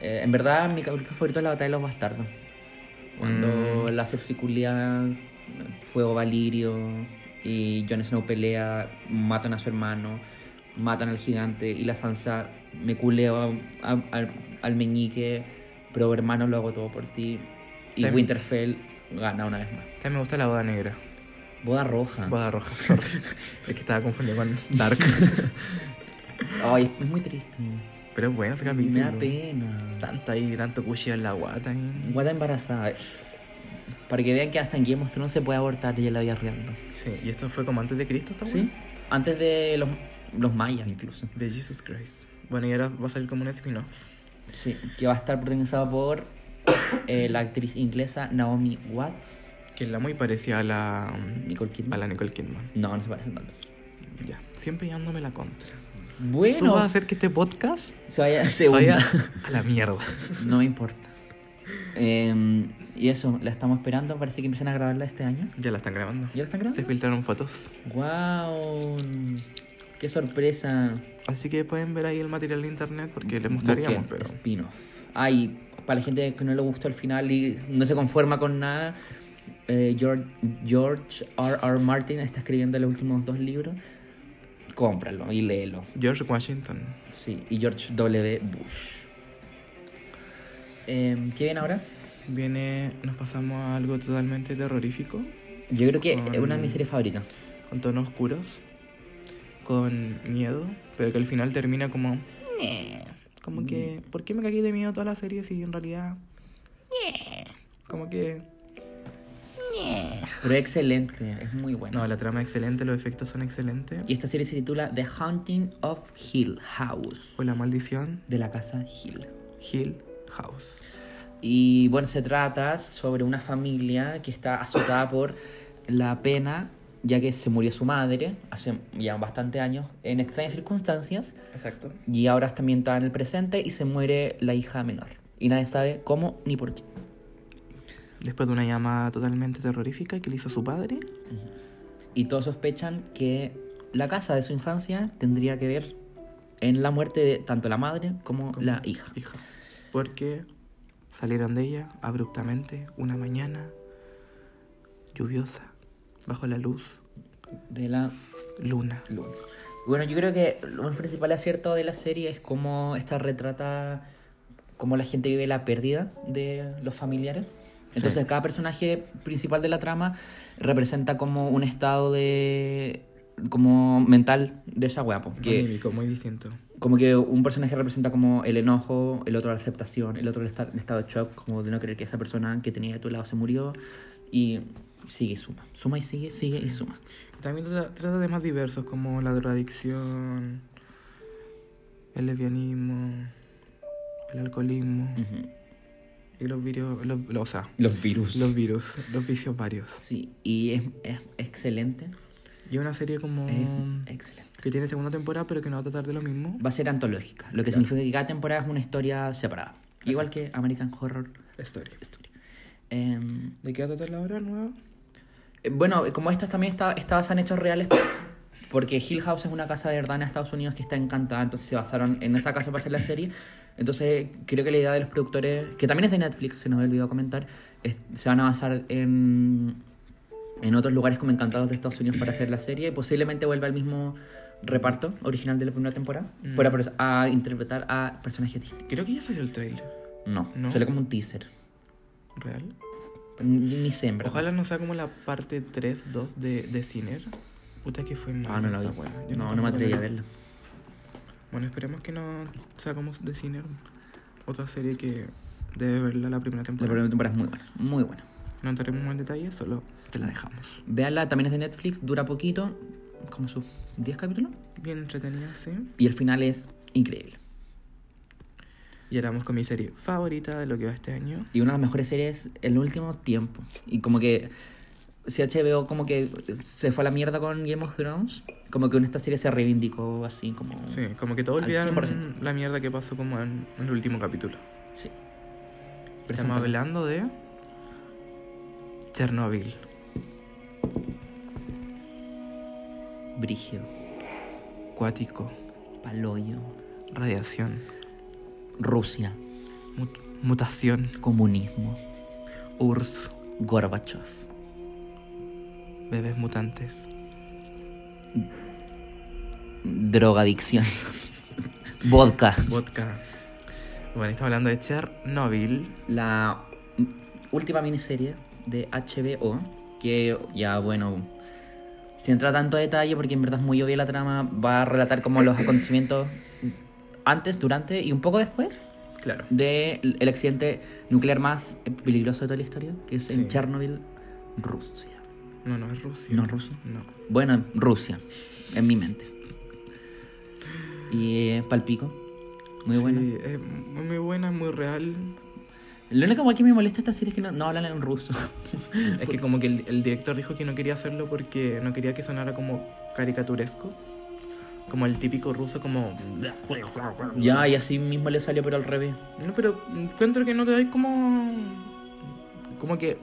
Speaker 2: eh, en verdad, mi capítulo favorito es la batalla de los bastardos.
Speaker 1: Mm.
Speaker 2: Cuando la Circiculia, Fuego Valirio y Jon Snow pelea, matan a su hermano, matan al gigante y la Sansa me culeo a- a- al, al meñique, pero hermano lo hago todo por ti. Y
Speaker 1: También-
Speaker 2: Winterfell gana una vez más.
Speaker 1: También me gusta La Boda Negra.
Speaker 2: Boda roja.
Speaker 1: Boda Roja. sorry. es que estaba confundido con Dark.
Speaker 2: Ay, es muy triste.
Speaker 1: Pero es bueno ese Este capítulo.
Speaker 2: Me da pena.
Speaker 1: Tanto ahí, tanto cuchillo en la guata. ahí.
Speaker 2: Guata embarazada. Para que vean que hasta en Game of Thrones se puede abortar y en la vida real. ¿no?
Speaker 1: Sí, y esto fue como antes de Cristo,
Speaker 4: Ah,
Speaker 1: ¿está
Speaker 2: ¿Sí? Antes de los, los mayas incluso.
Speaker 1: De Jesus Christ. Bueno, y ahora va a salir como un spin-off.
Speaker 2: Sí. Que va a estar protagonizada por eh, la actriz inglesa Naomi Watts.
Speaker 1: Que es la muy parecida a la.
Speaker 2: Nicole Kidman.
Speaker 1: A la Nicole Kidman.
Speaker 2: No, no se parecen tanto.
Speaker 1: Ya. Siempre dándome la contra.
Speaker 2: Bueno,
Speaker 4: Tú vas a hacer que este podcast
Speaker 2: se vaya se
Speaker 4: vaya
Speaker 2: hunda.
Speaker 4: a la mierda.
Speaker 2: No me importa. Em, y eso, la estamos esperando. Parece que empiezan a grabarla este año.
Speaker 1: Ya la están grabando.
Speaker 2: ¿Ya la están grabando?
Speaker 4: Se filtraron fotos.
Speaker 2: ¡Wow! ¡Qué sorpresa!
Speaker 1: Así que pueden ver ahí el material de internet porque les
Speaker 2: Busquen
Speaker 1: mostraríamos, pero.
Speaker 2: Spin-off. Ah, y para la gente que no le gustó el final y no se conforma con nada, eh, George, George R. R. Martin está escribiendo los últimos dos libros. Cómpralo y léelo.
Speaker 1: George Washington.
Speaker 2: Sí, y George W. Bush. Em, ¿Qué viene ahora?
Speaker 1: Viene, nos pasamos a algo totalmente terrorífico,
Speaker 2: Yo creo que es
Speaker 1: Con-
Speaker 2: una de mis series favoritas.
Speaker 1: con tonos oscuros, con miedo, pero que al final termina como. "Nye". Como que, ¿por qué me cagué de miedo toda la serie si en realidad. "Nye"? Como que.
Speaker 2: Pero es excelente, es muy buena.
Speaker 1: No, la trama es excelente, los efectos son excelentes.
Speaker 2: Y esta serie se titula The Haunting of Hill House,
Speaker 1: O la maldición,
Speaker 2: de la casa Hill.
Speaker 1: Hill House.
Speaker 2: Y bueno, se trata sobre una familia que está azotada por la pena, ya que se murió su madre hace ya bastante años, en extrañas circunstancias,
Speaker 1: Exacto.
Speaker 2: y ahora también está en el presente y se muere la hija menor. Y nadie sabe cómo ni por qué.
Speaker 1: Después de una llamada totalmente terrorífica que le hizo su padre.
Speaker 2: Y todos sospechan que la casa de su infancia tendría que ver en la muerte de tanto la madre como la hija.
Speaker 1: Hija. Porque salieron de ella abruptamente una mañana lluviosa, bajo la luz,
Speaker 2: De la
Speaker 1: luna.
Speaker 2: Luna. Bueno, yo creo que lo principal acierto de la serie es cómo esta retrata cómo la gente vive la pérdida de los familiares. Entonces cada personaje principal de la trama representa como un estado de como mental de esa guapo. Que
Speaker 1: Anímico, muy distinto.
Speaker 2: como que un personaje representa como el enojo, el otro la aceptación, el otro el, esta- el estado de shock, como de no creer que esa persona que tenía a tu lado se murió y sigue y suma, suma y sigue, sigue y suma.
Speaker 1: También tra- trata temas diversos como la drogadicción, el lesbianismo, el alcoholismo
Speaker 2: Ujú.
Speaker 1: y los virus, los, los- o sea,
Speaker 2: Los virus.
Speaker 1: los virus, los vicios varios.
Speaker 2: Sí, y es, es excelente.
Speaker 1: Y una serie como
Speaker 2: Es excelente.
Speaker 1: que tiene segunda temporada pero que no va a tratar de lo mismo.
Speaker 2: Va a ser antológica, lo que significa que cada temporada es una historia separada. Igual que American Horror
Speaker 1: La historia.
Speaker 2: Story. Em,
Speaker 1: ¿De qué va a tratar la hora nueva?
Speaker 2: eh, bueno, como estas también está, está basada en hechos reales, porque Hill House es una casa de verdad en Estados Unidos que está encantada, entonces se basaron en esa casa para hacer la serie. Entonces creo que la idea de los productores, que también es de Netflix, se nos había olvidado comentar, es- se van a basar en, en otros lugares como encantados de Estados Unidos para hacer la serie. Posiblemente vuelva al mismo reparto original de la primera temporada,
Speaker 1: Mm.
Speaker 2: pero pero a interpretar a personajes distintos.
Speaker 1: Creo que ya salió el trailer.
Speaker 2: No,
Speaker 1: No.
Speaker 2: sale como un teaser.
Speaker 1: ¿Real?
Speaker 2: Ni, ni sé, en verdad.
Speaker 1: Ojalá no sea como la parte 3, 2 de, de Sinner. Puta que fue
Speaker 2: Ah,
Speaker 1: mala
Speaker 2: no lo
Speaker 1: esa
Speaker 2: vi.
Speaker 1: wea. Yo
Speaker 2: No, no me
Speaker 1: tampoco
Speaker 2: atreví
Speaker 1: la
Speaker 2: a
Speaker 1: vi.
Speaker 2: verlo.
Speaker 1: Bueno, esperemos que no sea como de Sinner. Otra serie que debe verla la primera
Speaker 2: La
Speaker 1: temporada.
Speaker 2: primera temporada es muy buena, muy buena.
Speaker 1: No entraremos más en detalle, solo te la dejamos.
Speaker 2: Veanla, también es de Netflix, dura poquito, como sus 10 capítulos.
Speaker 1: Bien entretenida, sí.
Speaker 2: Y el final es increíble.
Speaker 1: Y ahora vamos con mi serie favorita de lo que va este año.
Speaker 2: Y una de las mejores series el último tiempo. Y como que si HBO como que se fue a la mierda con Game of Thrones, como que en esta serie se reivindicó así como...
Speaker 1: Sí, como que todo
Speaker 2: Al
Speaker 1: olvidaron
Speaker 2: 100%.
Speaker 1: la mierda que pasó como en, en el último capítulo.
Speaker 2: sí.
Speaker 1: Estamos
Speaker 2: Preséntala.
Speaker 1: hablando de Chernobyl.
Speaker 2: Brígido,
Speaker 1: Cuático,
Speaker 2: Paloyo,
Speaker 1: radiación,
Speaker 2: Rusia,
Speaker 1: mut- mutación,
Speaker 2: comunismo,
Speaker 1: URSS,
Speaker 2: Gorbachev,
Speaker 1: bebés mutantes.
Speaker 2: drogadicción, vodka.
Speaker 1: Vodka. Bueno, estamos hablando de Chernobyl.
Speaker 2: la última miniserie de HBO, que ya bueno, sin entrar a tanto detalle, porque en verdad es muy obvia la trama, va a relatar como los acontecimientos antes, durante y un poco después
Speaker 1: Claro.
Speaker 2: del el accidente nuclear más peligroso de toda la historia, que es
Speaker 1: Sí.
Speaker 2: en Chernobyl, Rusia.
Speaker 1: No, no es Rusia.
Speaker 2: ¿No es Rusia?
Speaker 1: No.
Speaker 2: Bueno, Rusia, en mi mente. Y eh, palpico, muy
Speaker 1: Sí,
Speaker 2: bueno.
Speaker 1: es muy muy buena, es muy real.
Speaker 2: Lo único que me molesta de esta serie es que no, no hablan en ruso.
Speaker 1: Es que como que el, el director dijo que no quería hacerlo porque no quería que sonara como caricaturesco. Como el típico ruso, como.
Speaker 2: Ya, y así mismo le salió, pero al revés.
Speaker 1: No, pero encuentro que no te doy como. Como que.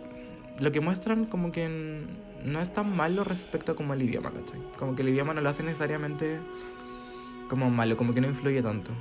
Speaker 1: Lo que muestran, como que. n- No es tan malo respecto como al idioma, ¿cachai? Como que el idioma no lo hace necesariamente. Como malo, como que no influye tanto.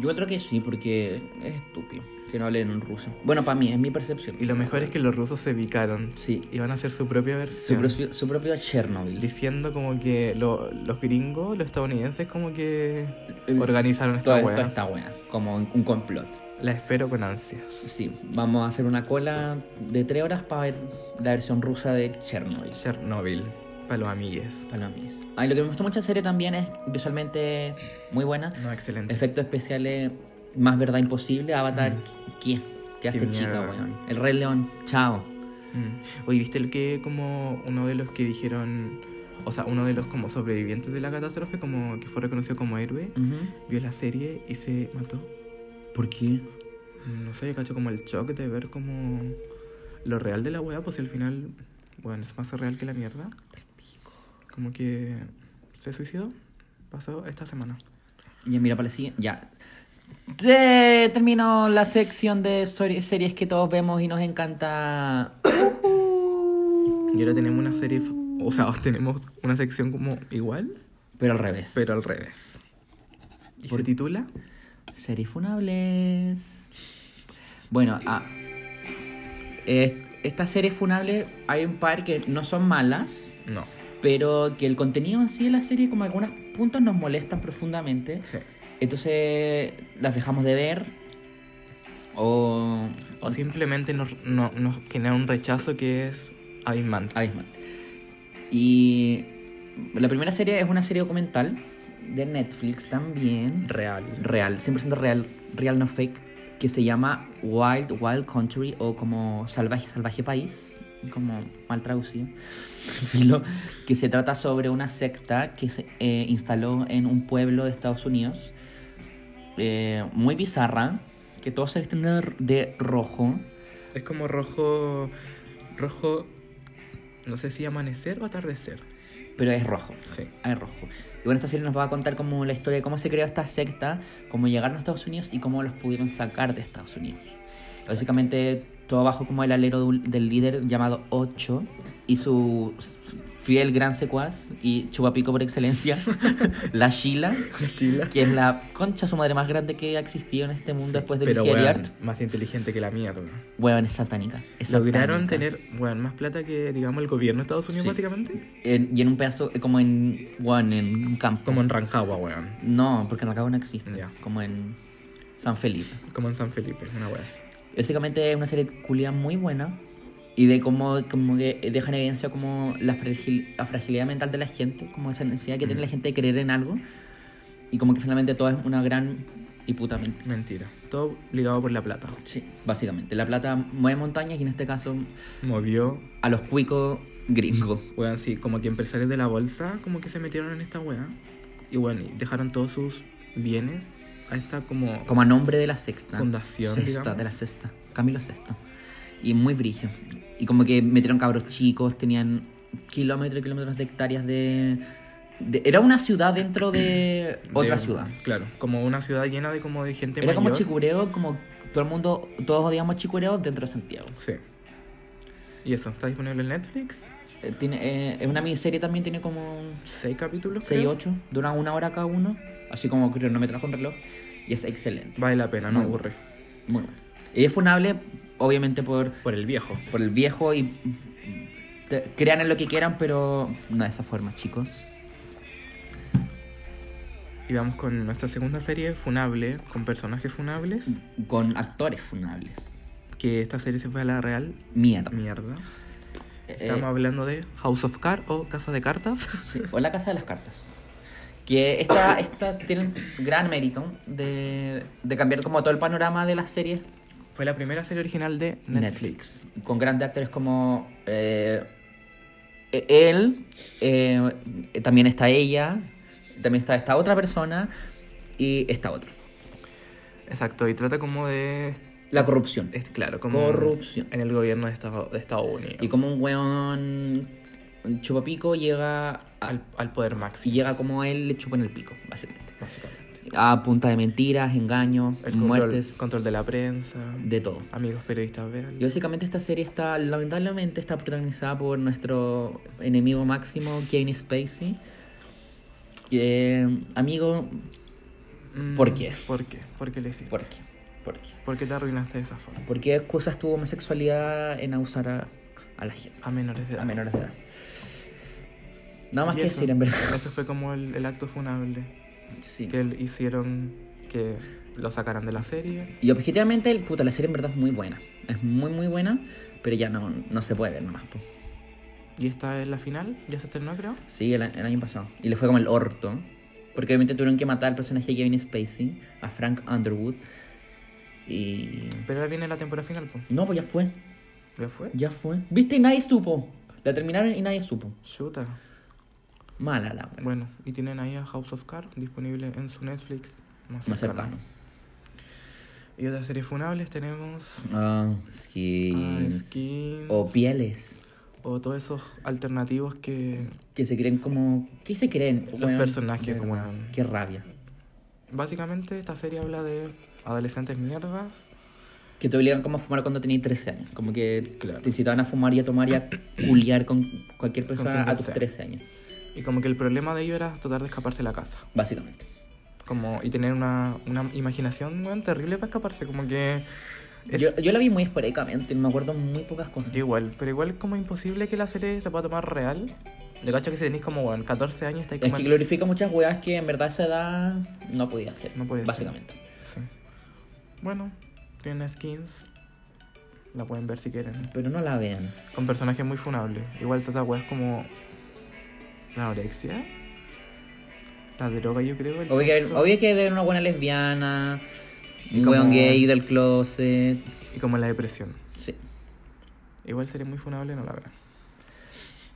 Speaker 2: Yo creo que sí, porque es estúpido que no hablen en ruso. Bueno, para mí, es mi percepción.
Speaker 1: Y lo mejor es que los rusos se picaron.
Speaker 2: Sí,
Speaker 1: Y van a hacer su propia
Speaker 2: su,
Speaker 1: versión.
Speaker 2: propio, su propio Chernobyl.
Speaker 1: Diciendo como que lo- los gringos, los estadounidenses, como que.
Speaker 2: Eh,
Speaker 1: Organizaron esta
Speaker 2: Toda,
Speaker 1: hueá.
Speaker 2: toda esta wea, como un un complot.
Speaker 1: La espero con ansias.
Speaker 2: Sí, vamos a hacer una cola de tres horas para ver la versión rusa de Chernobyl.
Speaker 1: Chernobyl, para los amigues.
Speaker 2: Para mí. Ay, lo que me gustó mucho la serie también es visualmente muy buena.
Speaker 1: No, excelente.
Speaker 2: Efectos especiales, más verdad imposible. Avatar, ¿qué? Quedaste
Speaker 1: Mm. Qué
Speaker 2: chica,
Speaker 1: mierda.
Speaker 2: weón. El Rey León, chao.
Speaker 1: Mm. Oye, ¿viste el que como uno de los que dijeron, o sea, uno de los como sobrevivientes de la catástrofe, como que fue reconocido como héroe,
Speaker 2: Ujú.
Speaker 1: vio la serie y se mató?
Speaker 2: Mm.
Speaker 1: Mm,
Speaker 2: ¿Por qué?
Speaker 1: No sé, yo cacho como el shock de ver como lo real de la wea, pues al final, bueno, es más real que la mierda. Como que se suicidó, pasó esta semana.
Speaker 2: Ya, mira, para la siguiente. Ya. Te- terminó la sección de sori- series que todos vemos y nos encanta.
Speaker 1: Y ahora tenemos una serie, f- o sea, tenemos una sección como igual,
Speaker 2: Pero al revés.
Speaker 1: pero al revés. ¿Y
Speaker 2: Por-
Speaker 1: se titula?
Speaker 2: Series funables. Bueno, ah, eh, estas series funables hay un par que no son malas,
Speaker 1: No.
Speaker 2: pero que el contenido en sí de la serie, como algunos puntos, nos molestan profundamente.
Speaker 1: Sí.
Speaker 2: Entonces las dejamos de ver. O.
Speaker 1: O simplemente nos, no- nos genera un rechazo que es abismante.
Speaker 2: abismante. Ah, Y la primera serie es una serie documental de Netflix también.
Speaker 1: Real.
Speaker 2: real, 100% real, real no fake, que se llama Wild Wild Country o como Salvaje Salvaje País, como mal traducido, filo, que se trata sobre una secta que se eh, instaló en un pueblo de Estados Unidos, eh, muy bizarra, que todos se visten de, de rojo,
Speaker 1: Es como rojo. Rojo. No sé si amanecer o atardecer.
Speaker 2: pero es rojo.
Speaker 1: Sí.
Speaker 2: Ah, es rojo. Y bueno, esta serie nos va a contar como la historia de cómo se creó esta secta, cómo llegaron a Estados Unidos y cómo los pudieron sacar de Estados Unidos. Básicamente todo bajo como el alero de un- del líder llamado Ocho y su s- fiel gran secuaz y chupapico por excelencia, la Sheila,
Speaker 1: Sheila.
Speaker 2: que es la concha su madre más grande que ha existido en este mundo después de
Speaker 1: Pero
Speaker 2: Lucy
Speaker 1: weón,
Speaker 2: Eliart.
Speaker 1: más inteligente que la mierda.
Speaker 2: Weón, es satánica. es
Speaker 1: Lograron
Speaker 2: satánica.
Speaker 1: tener weón, más plata que, digamos, el gobierno de Estados Unidos,
Speaker 2: Sí.
Speaker 1: básicamente.
Speaker 2: En- y en un pedazo, eh, como en, weón, en un campo.
Speaker 1: Como en Rancagua, weón.
Speaker 2: No, porque en Rancagua no existe.
Speaker 1: Ya.
Speaker 2: Como en San Felipe.
Speaker 1: Como en San Felipe, una wea así.
Speaker 2: Básicamente es una serie culia muy buena y de cómo como que deja en evidencia como la, fragil- la fragilidad mental de la gente, como esa necesidad que tiene la gente de creer en algo y como que finalmente todo es una gran y puta mentira.
Speaker 1: Mentira. Todo ligado por la plata.
Speaker 2: Sí, básicamente. La plata mueve montañas y en este caso
Speaker 1: Movió,
Speaker 2: a los cuicos gringos.
Speaker 1: weón, sí, como que empresarios de la bolsa, como que se metieron en esta wea. Y bueno, y dejaron todos sus bienes a esta como
Speaker 2: Como a nombre de la sexta.
Speaker 1: Fundación,
Speaker 2: Sexta,
Speaker 1: digamos.
Speaker 2: de la sexta. Camilo Sexta. Y muy brillo. Y como que metieron cabros chicos, tenían kilómetros y kilómetros de hectáreas de... de- era una ciudad dentro de otra
Speaker 1: de-
Speaker 2: ciudad.
Speaker 1: Claro, como una ciudad llena de como de gente
Speaker 2: Era como
Speaker 1: mayor.
Speaker 2: chicureo, como todo el mundo, todos odiamos chicureo dentro de Santiago.
Speaker 1: Sí. Y eso, está disponible en Netflix.
Speaker 2: Eh, Tiene, eh, es una miniserie también, tiene como
Speaker 1: Seis capítulos.
Speaker 2: 6
Speaker 1: creo.
Speaker 2: 8, dura una hora cada uno, así como cronometras con reloj, y es excelente.
Speaker 1: Vale la pena, no
Speaker 2: Muy
Speaker 1: aburre.
Speaker 2: Muy bueno. Y es funable, obviamente, por
Speaker 1: Por el viejo.
Speaker 2: por el viejo y te- crean en lo que quieran, pero no de esa forma, chicos.
Speaker 1: Y vamos con nuestra segunda serie, Funable, con personajes funables.
Speaker 2: Con actores funables.
Speaker 1: Que esta serie se fue a la real
Speaker 2: Mierda.
Speaker 1: mierda.
Speaker 2: Eh,
Speaker 1: Estamos hablando de House of Cards o Casa de Cartas.
Speaker 2: sí, o la casa de las cartas. Que esta, esta tiene un gran mérito de, de cambiar como todo el panorama de las series
Speaker 1: fue la primera serie original de Netflix.
Speaker 2: Netflix. Con grandes actores como eh, e- él, eh, también está ella, también está esta otra persona y esta otra.
Speaker 1: Exacto, y trata como de...
Speaker 2: La corrupción.
Speaker 1: Es, claro, como...
Speaker 2: Corrupción.
Speaker 1: En el gobierno de Estados, de Estados Unidos.
Speaker 2: Y como un weón Chupapico llega a-
Speaker 1: Al, al poder
Speaker 2: si
Speaker 1: máximo,
Speaker 2: llega como él, le chupan el pico, básicamente.
Speaker 1: básicamente.
Speaker 2: A punta de mentiras, engaños,
Speaker 1: El control,
Speaker 2: muertes,
Speaker 1: control de la prensa,
Speaker 2: de todo.
Speaker 1: amigos periodistas, vean.
Speaker 2: Y básicamente esta serie está, lamentablemente, está protagonizada por nuestro enemigo máximo, Kevin Spacey. Eh, amigo,
Speaker 1: Mm,
Speaker 2: ¿Por qué?
Speaker 1: ¿Por qué? ¿Por qué le hiciste?
Speaker 2: ¿por qué? ¿Por qué?
Speaker 1: ¿Por qué te arruinaste de esa forma?
Speaker 2: ¿Por qué excusas tu homosexualidad en abusar a, a la gente,
Speaker 1: A menores de edad.
Speaker 2: a menores de edad? Nada más
Speaker 1: Y
Speaker 2: que
Speaker 1: eso-
Speaker 2: decir, en verdad.
Speaker 1: Eso fue como el, el acto funable
Speaker 2: Sí.
Speaker 1: que le hicieron que lo sacaran de la serie.
Speaker 2: Y objetivamente, el, puta, la serie en verdad es muy buena. Es muy, muy buena, pero ya no, no se puede ver nomás. po.
Speaker 1: Y esta es la final, ya se terminó, creo.
Speaker 2: Sí, el, el año pasado. Y le fue como el orto. Porque obviamente tuvieron que matar al personaje de Kevin Spacey, a Frank Underwood. Y.
Speaker 1: Pero ahora viene la temporada final, pues.
Speaker 2: No, pues ya fue.
Speaker 1: ¿Ya fue?
Speaker 2: Ya fue. ¿Viste? Y nadie supo. La terminaron y nadie supo.
Speaker 1: Chuta.
Speaker 2: Mala la wea.
Speaker 1: Bueno, y tienen ahí a House of Cards disponible en su Netflix más
Speaker 2: Más
Speaker 1: cercano.
Speaker 2: cercano.
Speaker 1: Y otras series funables tenemos
Speaker 2: Ah, skins.
Speaker 1: Ah, skins.
Speaker 2: O pieles.
Speaker 1: o todos esos alternativos que
Speaker 2: Que se creen como. ¿Qué se creen?
Speaker 1: Los
Speaker 2: weón?
Speaker 1: personajes, weón.
Speaker 2: Qué rabia.
Speaker 1: básicamente esta serie habla de adolescentes mierdas
Speaker 2: Que te obligan como a fumar cuando tenías 13 años. Como que te incitaban a fumar y a tomar y a culiar con cualquier
Speaker 1: Con
Speaker 2: persona
Speaker 1: quien
Speaker 2: a tus
Speaker 1: sea.
Speaker 2: 13 años.
Speaker 1: y como que el problema de ellos era tratar de escaparse de la casa
Speaker 2: Básicamente.
Speaker 1: como y tener una, una imaginación weón, terrible para escaparse como que es-
Speaker 2: Yo, yo la vi muy esporádicamente, me acuerdo muy pocas cosas.
Speaker 1: yo igual pero igual es como imposible que la serie se pueda tomar real de cacho que si tenéis como weón, 14 años estáis
Speaker 2: Es
Speaker 1: como
Speaker 2: que
Speaker 1: en-
Speaker 2: glorifica muchas weas que en verdad a esa edad no podía hacer.
Speaker 1: No podía hacer.
Speaker 2: Básicamente.
Speaker 1: Sí. bueno tiene skins la pueden ver si quieren
Speaker 2: Pero no la vean.
Speaker 1: Con personajes muy funables. Igual todas weas como. La anorexia. La droga, yo creo. el
Speaker 2: Obvio que,
Speaker 1: sexo,
Speaker 2: obvio que debe haber una buena lesbiana,
Speaker 1: Y
Speaker 2: un
Speaker 1: como-
Speaker 2: weón gay del closet.
Speaker 1: Y como la depresión.
Speaker 2: Sí.
Speaker 1: Igual sería muy funable, no la vean.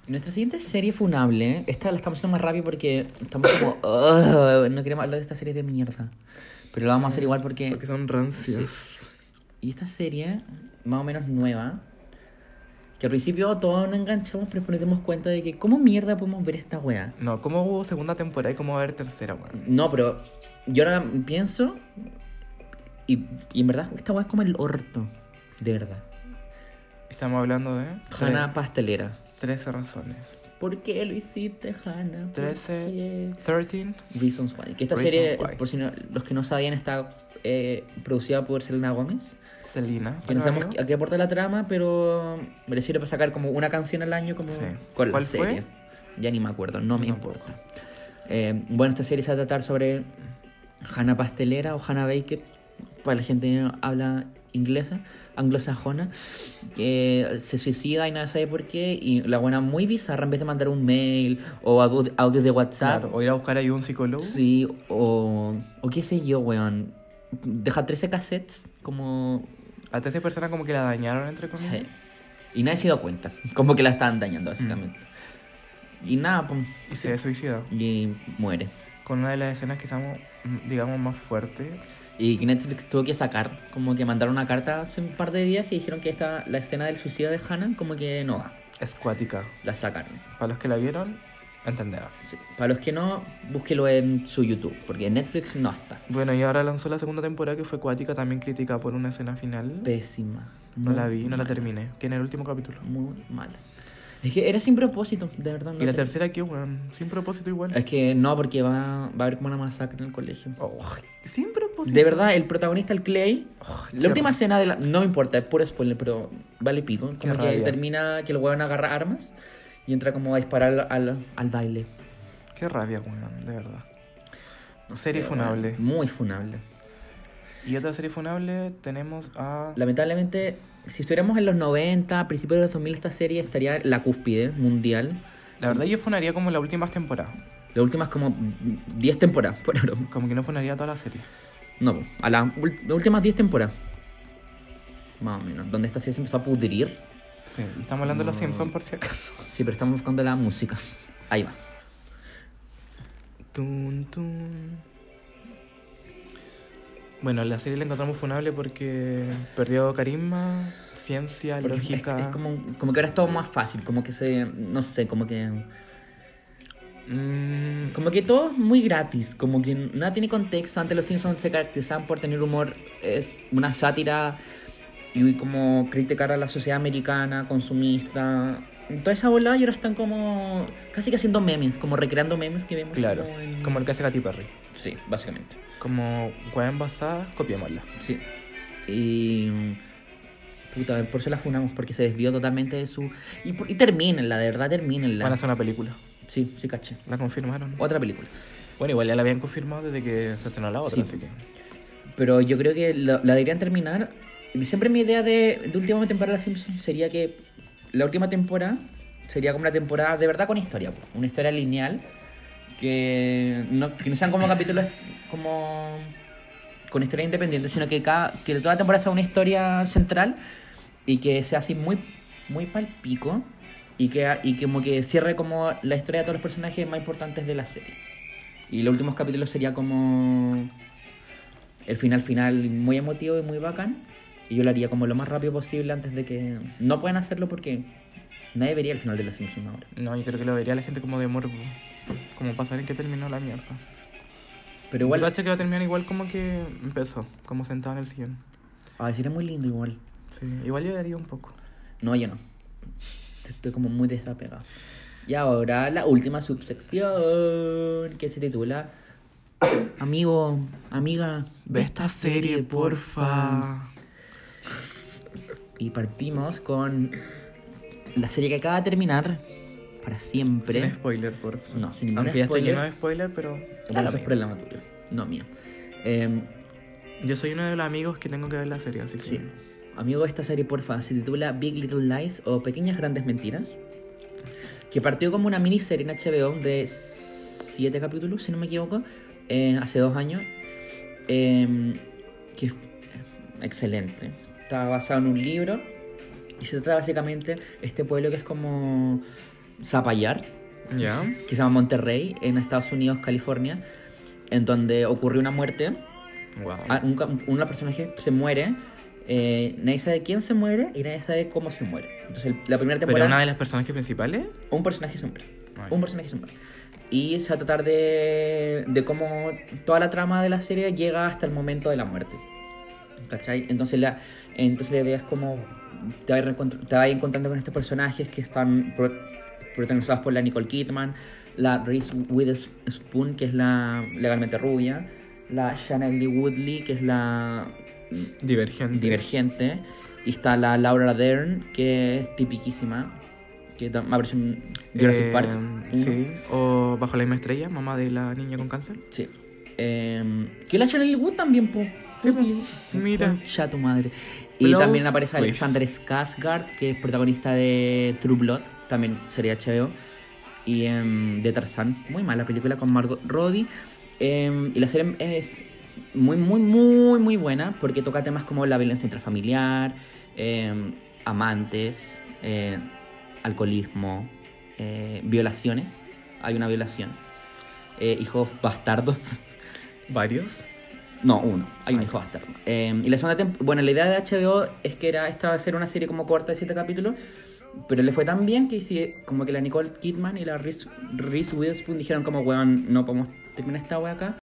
Speaker 2: Nuestra siguiente serie funable, esta la estamos haciendo más rápido porque estamos como. "Ugh, no queremos hablar de esta serie de mierda. Pero la vamos a hacer igual porque.
Speaker 1: Porque son rancios.
Speaker 2: Y esta serie, más o menos nueva, que al principio todos nos enganchamos, pero después nos dimos cuenta de que, ¿cómo mierda podemos ver esta wea?
Speaker 1: No, ¿cómo hubo segunda temporada y cómo va a haber tercera, weón?
Speaker 2: No, pero yo ahora pienso, y, y en verdad, esta wea es como el orto, de verdad.
Speaker 1: Estamos hablando de.
Speaker 2: Hanna Pastelera.
Speaker 1: 13 razones.
Speaker 2: ¿Por qué lo hiciste, Hanna? ¿Por
Speaker 1: 13.
Speaker 2: qué?
Speaker 1: 13.
Speaker 2: Reasons Why. Que esta
Speaker 1: Reasons
Speaker 2: serie,
Speaker 1: Why.
Speaker 2: por si no- los que no sabían, está eh, producida por Selena Gómez.
Speaker 1: Selena.
Speaker 2: Que
Speaker 1: para
Speaker 2: no sabemos
Speaker 1: mí.
Speaker 2: a qué aporta la trama, pero me le sirve para sacar como una canción al año como
Speaker 1: Sí.
Speaker 2: con la
Speaker 1: ¿Cuál fue?
Speaker 2: serie. Ya ni me acuerdo, no me
Speaker 1: Tampoco.
Speaker 2: importa. Eh, bueno, esta serie se va a tratar sobre Hannah Pastelera o Hannah Baker, para la gente que habla inglesa, anglosajona, que se suicida y nadie sabe por qué, y la buena muy bizarra, en vez de mandar un mail o audio- audios de WhatsApp,
Speaker 1: Claro, o ir a buscar ahí un psicólogo.
Speaker 2: Sí, o, o qué sé yo, weón. Deja 13 cassettes como...
Speaker 1: A 13 personas como que la dañaron, entre comillas.
Speaker 2: eh, Y nadie se dio cuenta. Como que la estaban dañando, básicamente.
Speaker 1: Mm.
Speaker 2: Y nada, pum,
Speaker 1: Y se suicidó.
Speaker 2: y muere.
Speaker 1: Con una de las escenas que estamos, digamos, más fuerte.
Speaker 2: Y que Netflix tuvo que sacar, como que mandaron una carta hace un par de días que dijeron que esta, la escena del suicidio de Hannah como que no va.
Speaker 1: Es cuática.
Speaker 2: La sacaron.
Speaker 1: Para los que la vieron, entenderán.
Speaker 2: Sí. Para los que no, búsquelo en su YouTube, porque en Netflix no está.
Speaker 1: Bueno, y ahora lanzó la segunda temporada que fue cuática, también criticada por una escena final.
Speaker 2: Pésima.
Speaker 1: no
Speaker 2: Muy
Speaker 1: la vi, no la
Speaker 2: mala,
Speaker 1: terminé. Que en el último capítulo.
Speaker 2: Muy mala. Es que era sin propósito, de verdad. no
Speaker 1: y la
Speaker 2: te-
Speaker 1: tercera que, weón, sin propósito igual.
Speaker 2: Es que no, porque va, va a haber como una masacre en el colegio.
Speaker 1: Oh, sin propósito.
Speaker 2: De verdad, el protagonista, el Clay,
Speaker 1: Oh, qué
Speaker 2: la última escena de la... No me importa, es puro spoiler, pero vale pico.
Speaker 1: Qué
Speaker 2: Como que
Speaker 1: rabia.
Speaker 2: termina que el weón agarra armas y entra como a disparar al, al baile.
Speaker 1: Qué rabia, weón, de verdad.
Speaker 2: No
Speaker 1: Serie
Speaker 2: sé,
Speaker 1: funable.
Speaker 2: weón, Muy funable.
Speaker 1: Y otra serie funable tenemos a.
Speaker 2: Lamentablemente, si estuviéramos en los 90, a principios de los 2000, esta serie estaría en la cúspide mundial.
Speaker 1: La verdad, yo funaría como la última temporada.
Speaker 2: La última es como 10 temporadas, fueron.
Speaker 1: Como que no funaría toda la serie.
Speaker 2: No, a las ul- las últimas 10 temporadas. Más o menos, donde esta serie se empezó a pudrir.
Speaker 1: Sí, y estamos hablando de los Simpsons por si acaso.
Speaker 2: Sí, pero estamos buscando la música. Ahí va.
Speaker 1: Tun, tun. Bueno, la serie la encontramos funable porque perdió carisma, ciencia,
Speaker 2: Porque es-
Speaker 1: lógica.
Speaker 2: Es, como, como que ahora es todo más fácil, como que se. No sé, como que.
Speaker 1: Mm,
Speaker 2: Como que todo es muy gratis, como que nada tiene contexto. Antes los Simpsons se caracterizaban por tener humor, es una sátira y como criticar a la sociedad americana, consumista. Toda esa bola y ahora están como casi que haciendo memes, como recreando memes que vemos.
Speaker 1: claro,
Speaker 2: como en-
Speaker 1: como el que hace Katy Perry.
Speaker 2: Sí, básicamente.
Speaker 1: Como Gwen basada, copiémosla.
Speaker 2: Sí. Y. Puta, por eso la funamos, porque se desvió totalmente de su. Y, por- y termínenla, de verdad, termínenla.
Speaker 1: Van a hacer una película.
Speaker 2: Sí, sí, caché.
Speaker 1: La confirmaron.
Speaker 2: Otra película.
Speaker 1: Bueno, igual ya la habían confirmado desde que se estrenó la otra,
Speaker 2: Sí.
Speaker 1: así que.
Speaker 2: Pero yo creo que la, la deberían terminar. Y Siempre mi idea de, de última temporada de Simpsons sería que la última temporada sería como una temporada de verdad con historia, po. una historia lineal que no, que no sean como capítulos como con historia independiente, sino que cada que toda la temporada sea una historia central y que sea así muy muy palpico y que y como que cierre como la historia de todos los personajes más importantes de la serie. Y los últimos capítulos sería como el final final muy emotivo y muy bacán. Y yo lo haría como lo más rápido posible antes de que... No pueden hacerlo porque nadie vería el final de Los Simpsons ahora.
Speaker 1: No, yo creo que lo vería la gente como de morbo. Como para saber en qué terminó la mierda.
Speaker 2: Pero
Speaker 1: Igual
Speaker 2: igual...
Speaker 1: que va a terminar igual como que empezó, como sentado en el sillón.
Speaker 2: Ay, sería muy lindo igual.
Speaker 1: Sí, igual lloraría un poco.
Speaker 2: No, yo no. Estoy como muy desapegado. Y ahora la última subsección que se titula... Amigo, amiga,
Speaker 1: Ve esta serie, porfa.
Speaker 2: Y partimos con la serie que acaba de terminar para siempre.
Speaker 1: Sin spoiler, porfa.
Speaker 2: No, sin ningún
Speaker 1: Aunque ya estoy
Speaker 2: spoiler.
Speaker 1: lleno de spoiler, pues. pero. da
Speaker 2: Bueno,
Speaker 1: lo
Speaker 2: eso es
Speaker 1: mismo.
Speaker 2: problema tuyo, no mío. Em,
Speaker 1: Yo soy uno de los amigos que tengo que ver la serie, así que.
Speaker 2: sí. Amigo, esta serie, porfa, se titula Big Little Lies o Pequeñas Grandes Mentiras, que partió como una miniserie en HBO de siete capítulos, si no me equivoco, eh, hace dos años, em, que es excelente. Está basado en un libro y se trata básicamente este pueblo que es como Zapallar,
Speaker 1: Ya.
Speaker 2: que se llama Monterrey, en Estados Unidos, California, en donde ocurrió una muerte.
Speaker 1: Wow.
Speaker 2: Ah, un, ca- un personaje se muere, eh, nadie sabe quién se muere y nadie sabe cómo se muere. Entonces, el- la primera
Speaker 1: pero
Speaker 2: temporada,
Speaker 1: una de las personajes principales.
Speaker 2: un personaje se muere.
Speaker 1: Ay.
Speaker 2: Un personaje se muere. Y se va a tratar de, de cómo toda la trama de la serie llega hasta el momento de la muerte. ¿Cachai? Entonces la, entonces la idea es como te vas, reencontr- te vas encontrando con estos personajes que están pro- protagonizados por la Nicole Kidman, la Reese Witherspoon, que es la legalmente rubia, la Shannon Lee Woodley, que es la
Speaker 1: Divergente.
Speaker 2: Divergente. Y está la Laura Dern, que es tipiquísima. Que tam- aparece en Jurassic
Speaker 1: Eh,
Speaker 2: Park. uno.
Speaker 1: Sí. O Bajo la misma estrella, mamá de la niña con cáncer.
Speaker 2: Sí. Em, que la Chanel Wood también, po.
Speaker 1: Sí, po.
Speaker 2: Uy,
Speaker 1: Mira.
Speaker 2: concha tu madre. Y
Speaker 1: Blow
Speaker 2: también aparece
Speaker 1: twist.
Speaker 2: Alexander Skarsgård, que es protagonista de True Blood, también sería HBO. Y em, de Tarzán. Muy mala película con Margot Robbie. Em, y la serie es muy, muy, muy, muy buena porque toca temas como la violencia intrafamiliar, em, amantes, eh, alcoholismo, eh, violaciones. Hay una violación. Eh, hijos bastardos.
Speaker 1: Varios.
Speaker 2: No, uno. Hay un hijo bastardo. Eh, y la segunda temp- Bueno, la idea de HBO es que era esta va a ser una serie como corta de siete capítulos. Pero le fue tan bien que hice, como que la Nicole Kidman y la Reese, Reese Witherspoon dijeron como, weón, no podemos terminar esta wea acá.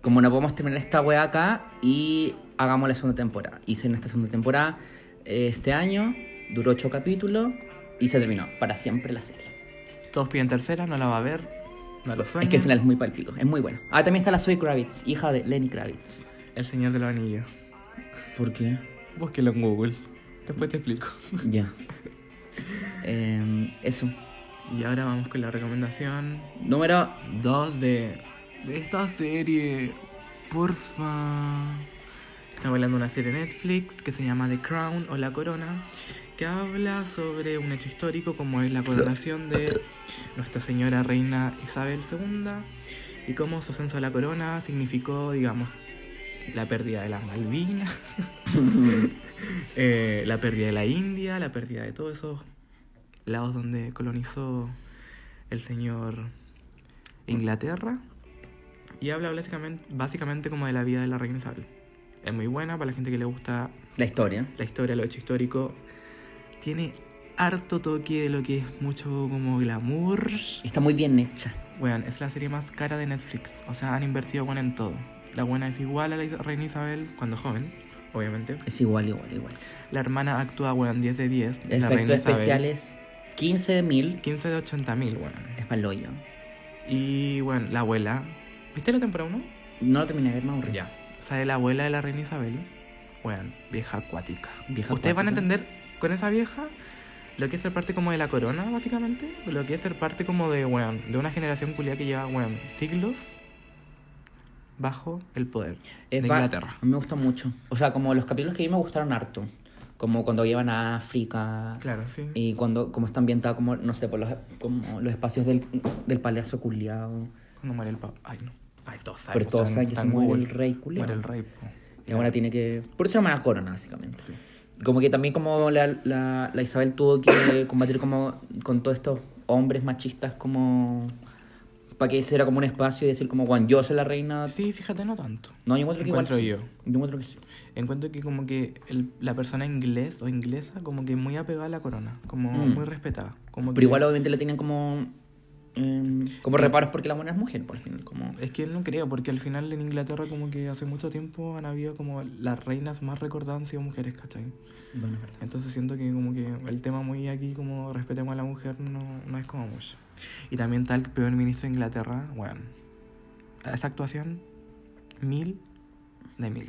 Speaker 2: Como no podemos terminar esta wea acá y hagamos la segunda temporada. Hice esta segunda temporada eh, este año, duró ocho capítulos y se terminó para siempre la serie.
Speaker 1: Todos piden tercera, no la va a ver. No lo sueña.
Speaker 2: Es que el final es muy palpico, es muy bueno. Ah, también está la Zoe Kravitz, hija de Lenny Kravitz.
Speaker 1: El señor de los anillos.
Speaker 2: ¿Por qué?
Speaker 1: Búsquelo en Google. Después te explico.
Speaker 2: Ya. Em, eso.
Speaker 1: Y ahora vamos con la recomendación
Speaker 2: Número.
Speaker 1: 2 de, de esta serie. Porfa. Estamos hablando de una serie de Netflix que se llama The Crown o La Corona, que habla sobre un hecho histórico como es la coronación de Nuestra Señora Reina Isabel II y cómo su ascenso a la corona significó, digamos, la pérdida de las Malvinas, eh, la pérdida de la India, la pérdida de todos esos lados donde colonizó el señor Inglaterra. Y habla básicamente, básicamente como de la vida de la reina Isabel. Es muy buena para la gente que le gusta
Speaker 2: La historia.
Speaker 1: la historia, lo hecho histórico. Tiene harto toque de lo que es mucho como glamour.
Speaker 2: Está muy bien hecha.
Speaker 1: Weón, es la serie más cara de Netflix. O sea, han invertido bueno en todo. La buena es igual a la Is- reina Isabel cuando joven, obviamente.
Speaker 2: Es igual, igual, igual.
Speaker 1: La hermana actúa, weón, 10 de 10. la reina Isabel,
Speaker 2: Efectos especiales, 15 de mil.
Speaker 1: 15 de 80 mil, weón.
Speaker 2: Es paloyo.
Speaker 1: Y, bueno, la abuela. ¿Viste la temporada 1?
Speaker 2: No lo terminé de ver, me aburrí.
Speaker 1: Ya. Sale la abuela de la reina Isabel. Weón, vieja acuática.
Speaker 2: Vieja
Speaker 1: Ustedes van a
Speaker 2: acuática.
Speaker 1: entender con esa vieja lo que es ser parte como de la corona, básicamente. Lo que es ser parte como de, weón, de una generación culiada que lleva, weón, siglos bajo el poder
Speaker 2: Es
Speaker 1: de
Speaker 2: ba-
Speaker 1: Inglaterra.
Speaker 2: a mí Me gusta mucho. O sea, como los capítulos que a mí me gustaron harto. Como cuando llevan a África.
Speaker 1: Claro, sí.
Speaker 2: Y cuando, como está ambientado, como, no sé, por los, como los espacios del, del palacio culiado.
Speaker 1: Cuando muere el papá. Ay, no. Ay, todos saben.
Speaker 2: Pero
Speaker 1: pues,
Speaker 2: todos
Speaker 1: tan-
Speaker 2: saben que
Speaker 1: tan
Speaker 2: se muere
Speaker 1: Google.
Speaker 2: el rey culiao.
Speaker 1: Muere el rey, po.
Speaker 2: Y ahora tiene que... Por eso se llama la corona, básicamente. Como que también como la, la, la Isabel tuvo que combatir como con todos estos hombres machistas como... Para que ese era como un espacio y decir como, Juan, yo soy la reina.
Speaker 1: Sí, fíjate, no tanto.
Speaker 2: No, yo encuentro que
Speaker 1: Encuentro yo.
Speaker 2: igual sí. Yo encuentro que sí.
Speaker 1: Encuentro que como que el- la persona inglés o inglesa como que muy apegada a la corona, como
Speaker 2: Mm.
Speaker 1: muy respetada. Como
Speaker 2: Pero
Speaker 1: que-
Speaker 2: igual obviamente le tenían como... eh, como reparos porque la buena es mujer, por el final. Como...
Speaker 1: Es que no creo, porque al final en Inglaterra como que hace mucho tiempo han habido como las reinas más recordadas han sido mujeres, ¿cachai?
Speaker 2: Bueno, es verdad.
Speaker 1: Entonces siento que como que el tema muy aquí como respetemos a la mujer no, no es como mucho. Y también está el primer ministro de Inglaterra, bueno, esa actuación, mil de mil.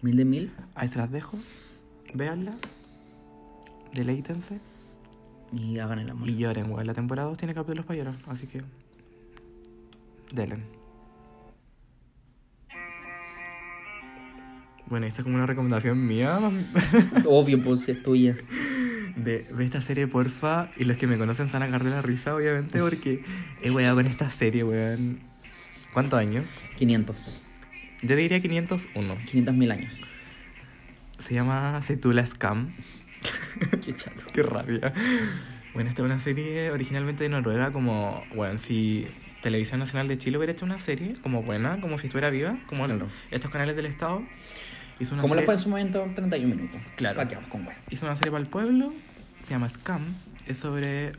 Speaker 2: Mil de mil.
Speaker 1: Ahí se las dejo, véanla, deleítense
Speaker 2: Y hagan el amor.
Speaker 1: y lloren, weón. La temporada 2 tiene capítulos para llorar, así que... Delen. Bueno, esta es como una recomendación mía
Speaker 2: Obvio, pues si es tuya.
Speaker 1: de, ve esta serie, porfa. Y los que me conocen se van a cagar de la risa, obviamente, porque he weado con esta serie, weón. ¿Cuántos años?
Speaker 2: 500.
Speaker 1: Yo te diría 501.
Speaker 2: 500 mil años.
Speaker 1: Se llama Cetula Scam.
Speaker 2: Qué chato.
Speaker 1: Qué rabia. Bueno, esta es una serie originalmente de Noruega, como, bueno, si Televisión Nacional de Chile hubiera hecho una serie como buena, como si estuviera viva, como
Speaker 2: Claro.
Speaker 1: estos canales del Estado, hizo una,
Speaker 2: Como lo
Speaker 1: serie,
Speaker 2: fue en su momento, 31 minutos.
Speaker 1: Claro.
Speaker 2: Pa' que vamos con wea.
Speaker 1: hizo una serie para el pueblo, se llama Scam, es sobre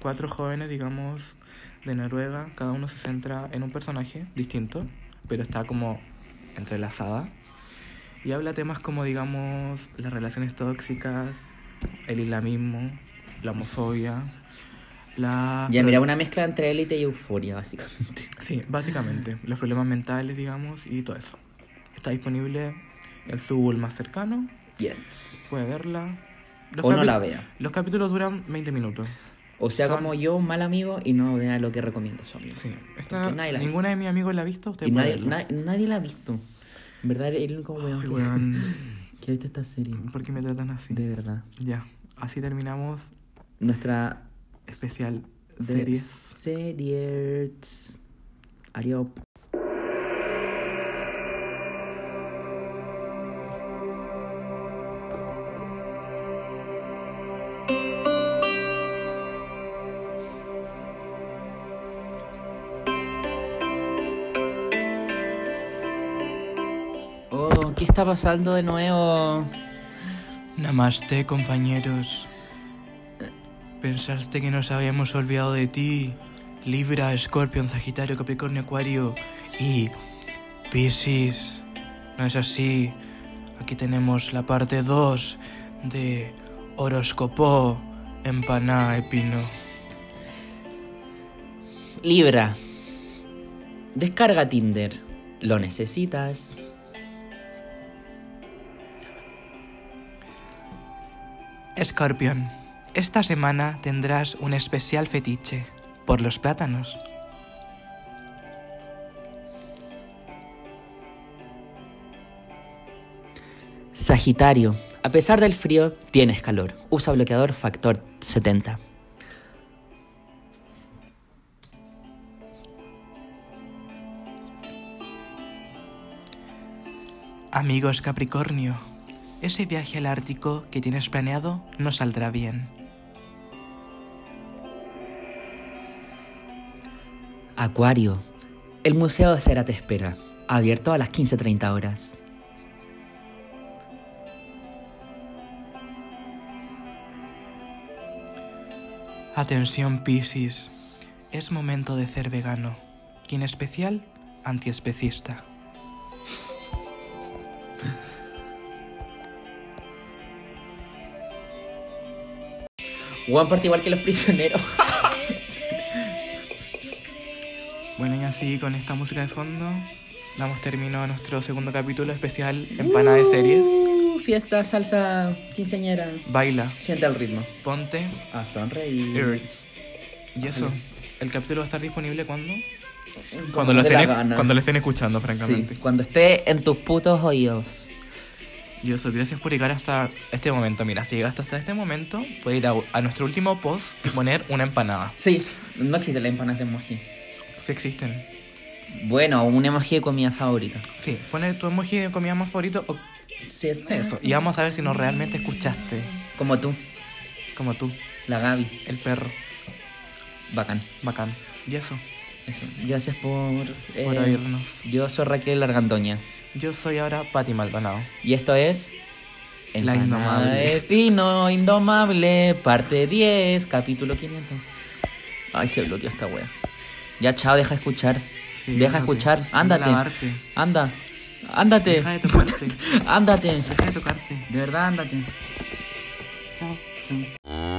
Speaker 1: cuatro jóvenes, digamos, de Noruega, cada uno se centra en un personaje distinto, pero está como entrelazada, y habla temas como, digamos, las relaciones tóxicas, el islamismo, la homofobia. La
Speaker 2: Ya, mira, una mezcla entre élite y euforia, básicamente.
Speaker 1: Sí, básicamente, los problemas mentales, digamos, y todo eso. Está disponible en su Google más cercano,
Speaker 2: Yes.
Speaker 1: puede verla. Los
Speaker 2: O no
Speaker 1: capi-
Speaker 2: la vea.
Speaker 1: Los capítulos duran 20 minutos.
Speaker 2: O sea,
Speaker 1: Son-
Speaker 2: como yo, mal amigo, y no vea lo que recomienda su amigo.
Speaker 1: Sí, esta,
Speaker 2: Porque nadie la ha
Speaker 1: ninguna de mis amigos la ha visto, usted
Speaker 2: Y
Speaker 1: puede
Speaker 2: nadie,
Speaker 1: verla.
Speaker 2: na- nadie la ha visto. En verdad, eres el único weón
Speaker 1: Ay,
Speaker 2: que,
Speaker 1: weón,
Speaker 2: que ha visto esta serie.
Speaker 1: ¿Por qué me tratan así?
Speaker 2: De verdad.
Speaker 1: Ya, así terminamos
Speaker 2: Nuestra
Speaker 1: especial
Speaker 2: de-
Speaker 1: series.
Speaker 2: Series. Ariop. Oh, ¿qué está pasando de nuevo?
Speaker 1: Namaste, compañeros. Pensaste que nos habíamos olvidado de ti. Libra, Escorpión, Sagitario, Capricornio, Acuario y Piscis. No es así. Aquí tenemos la parte 2 de Horóscopo, Empaná, Epino.
Speaker 2: Libra. Descarga Tinder. Lo necesitas.
Speaker 1: Escorpión, esta semana tendrás un especial fetiche por los plátanos.
Speaker 2: Sagitario, a pesar del frío, tienes calor. Usa bloqueador factor 70.
Speaker 1: Amigos Capricornio, ese viaje al Ártico que tienes planeado no saldrá bien.
Speaker 2: Acuario, el Museo de Cera te espera. Abierto a las 15.30 horas.
Speaker 1: Atención, Piscis. Es momento de ser vegano. Y en especial, antiespecista.
Speaker 2: One parte igual que los prisioneros.
Speaker 1: Bueno, y así con esta música de fondo, damos término a nuestro segundo capítulo especial Empanada de Series.
Speaker 2: Uh, fiesta, salsa, quinceañera.
Speaker 1: Baila,
Speaker 2: Siente el ritmo.
Speaker 1: ponte.
Speaker 2: A sonreír.
Speaker 1: Earth. Y eso, el capítulo va a estar disponible cuando?
Speaker 2: Cuando te la gana.
Speaker 1: cuando lo estén escuchando,
Speaker 2: Sí,
Speaker 1: francamente.
Speaker 2: cuando esté en tus putos oídos.
Speaker 1: Y eso, gracias por llegar hasta este momento. Mira, si llegaste hasta este momento, puedes ir a, a nuestro último post y poner una empanada.
Speaker 2: Sí, no existe la empanada de emoji.
Speaker 1: Si existen.
Speaker 2: Bueno, un emoji de comida favorita.
Speaker 1: Sí, pone tu emoji de comida más favorito o
Speaker 2: Sí, es
Speaker 1: eso. Y vamos a ver si nos realmente escuchaste.
Speaker 2: Como tú,
Speaker 1: Como tú,
Speaker 2: la Gaby.
Speaker 1: el perro.
Speaker 2: Bacán.
Speaker 1: Bacán. Y eso,
Speaker 2: Eso. Gracias por. eh,
Speaker 1: por oírnos.
Speaker 2: Yo soy Raquel Argandoña.
Speaker 1: Yo soy ahora Pati Maldonado.
Speaker 2: Y esto es.
Speaker 1: La
Speaker 2: Empanada
Speaker 1: Indomable.
Speaker 2: de Pino Indomable, parte 10, capítulo 500. Ay, se bloqueó esta wea. Ya, chao, deja escuchar.
Speaker 1: Sí,
Speaker 2: deja
Speaker 1: ándate.
Speaker 2: escuchar. Ándate.
Speaker 1: Lavarte.
Speaker 2: Anda. Ándate.
Speaker 1: Deja de tocarte.
Speaker 2: ándate.
Speaker 1: Deja de tocarte.
Speaker 2: De verdad, ándate.
Speaker 1: Chao. Chao.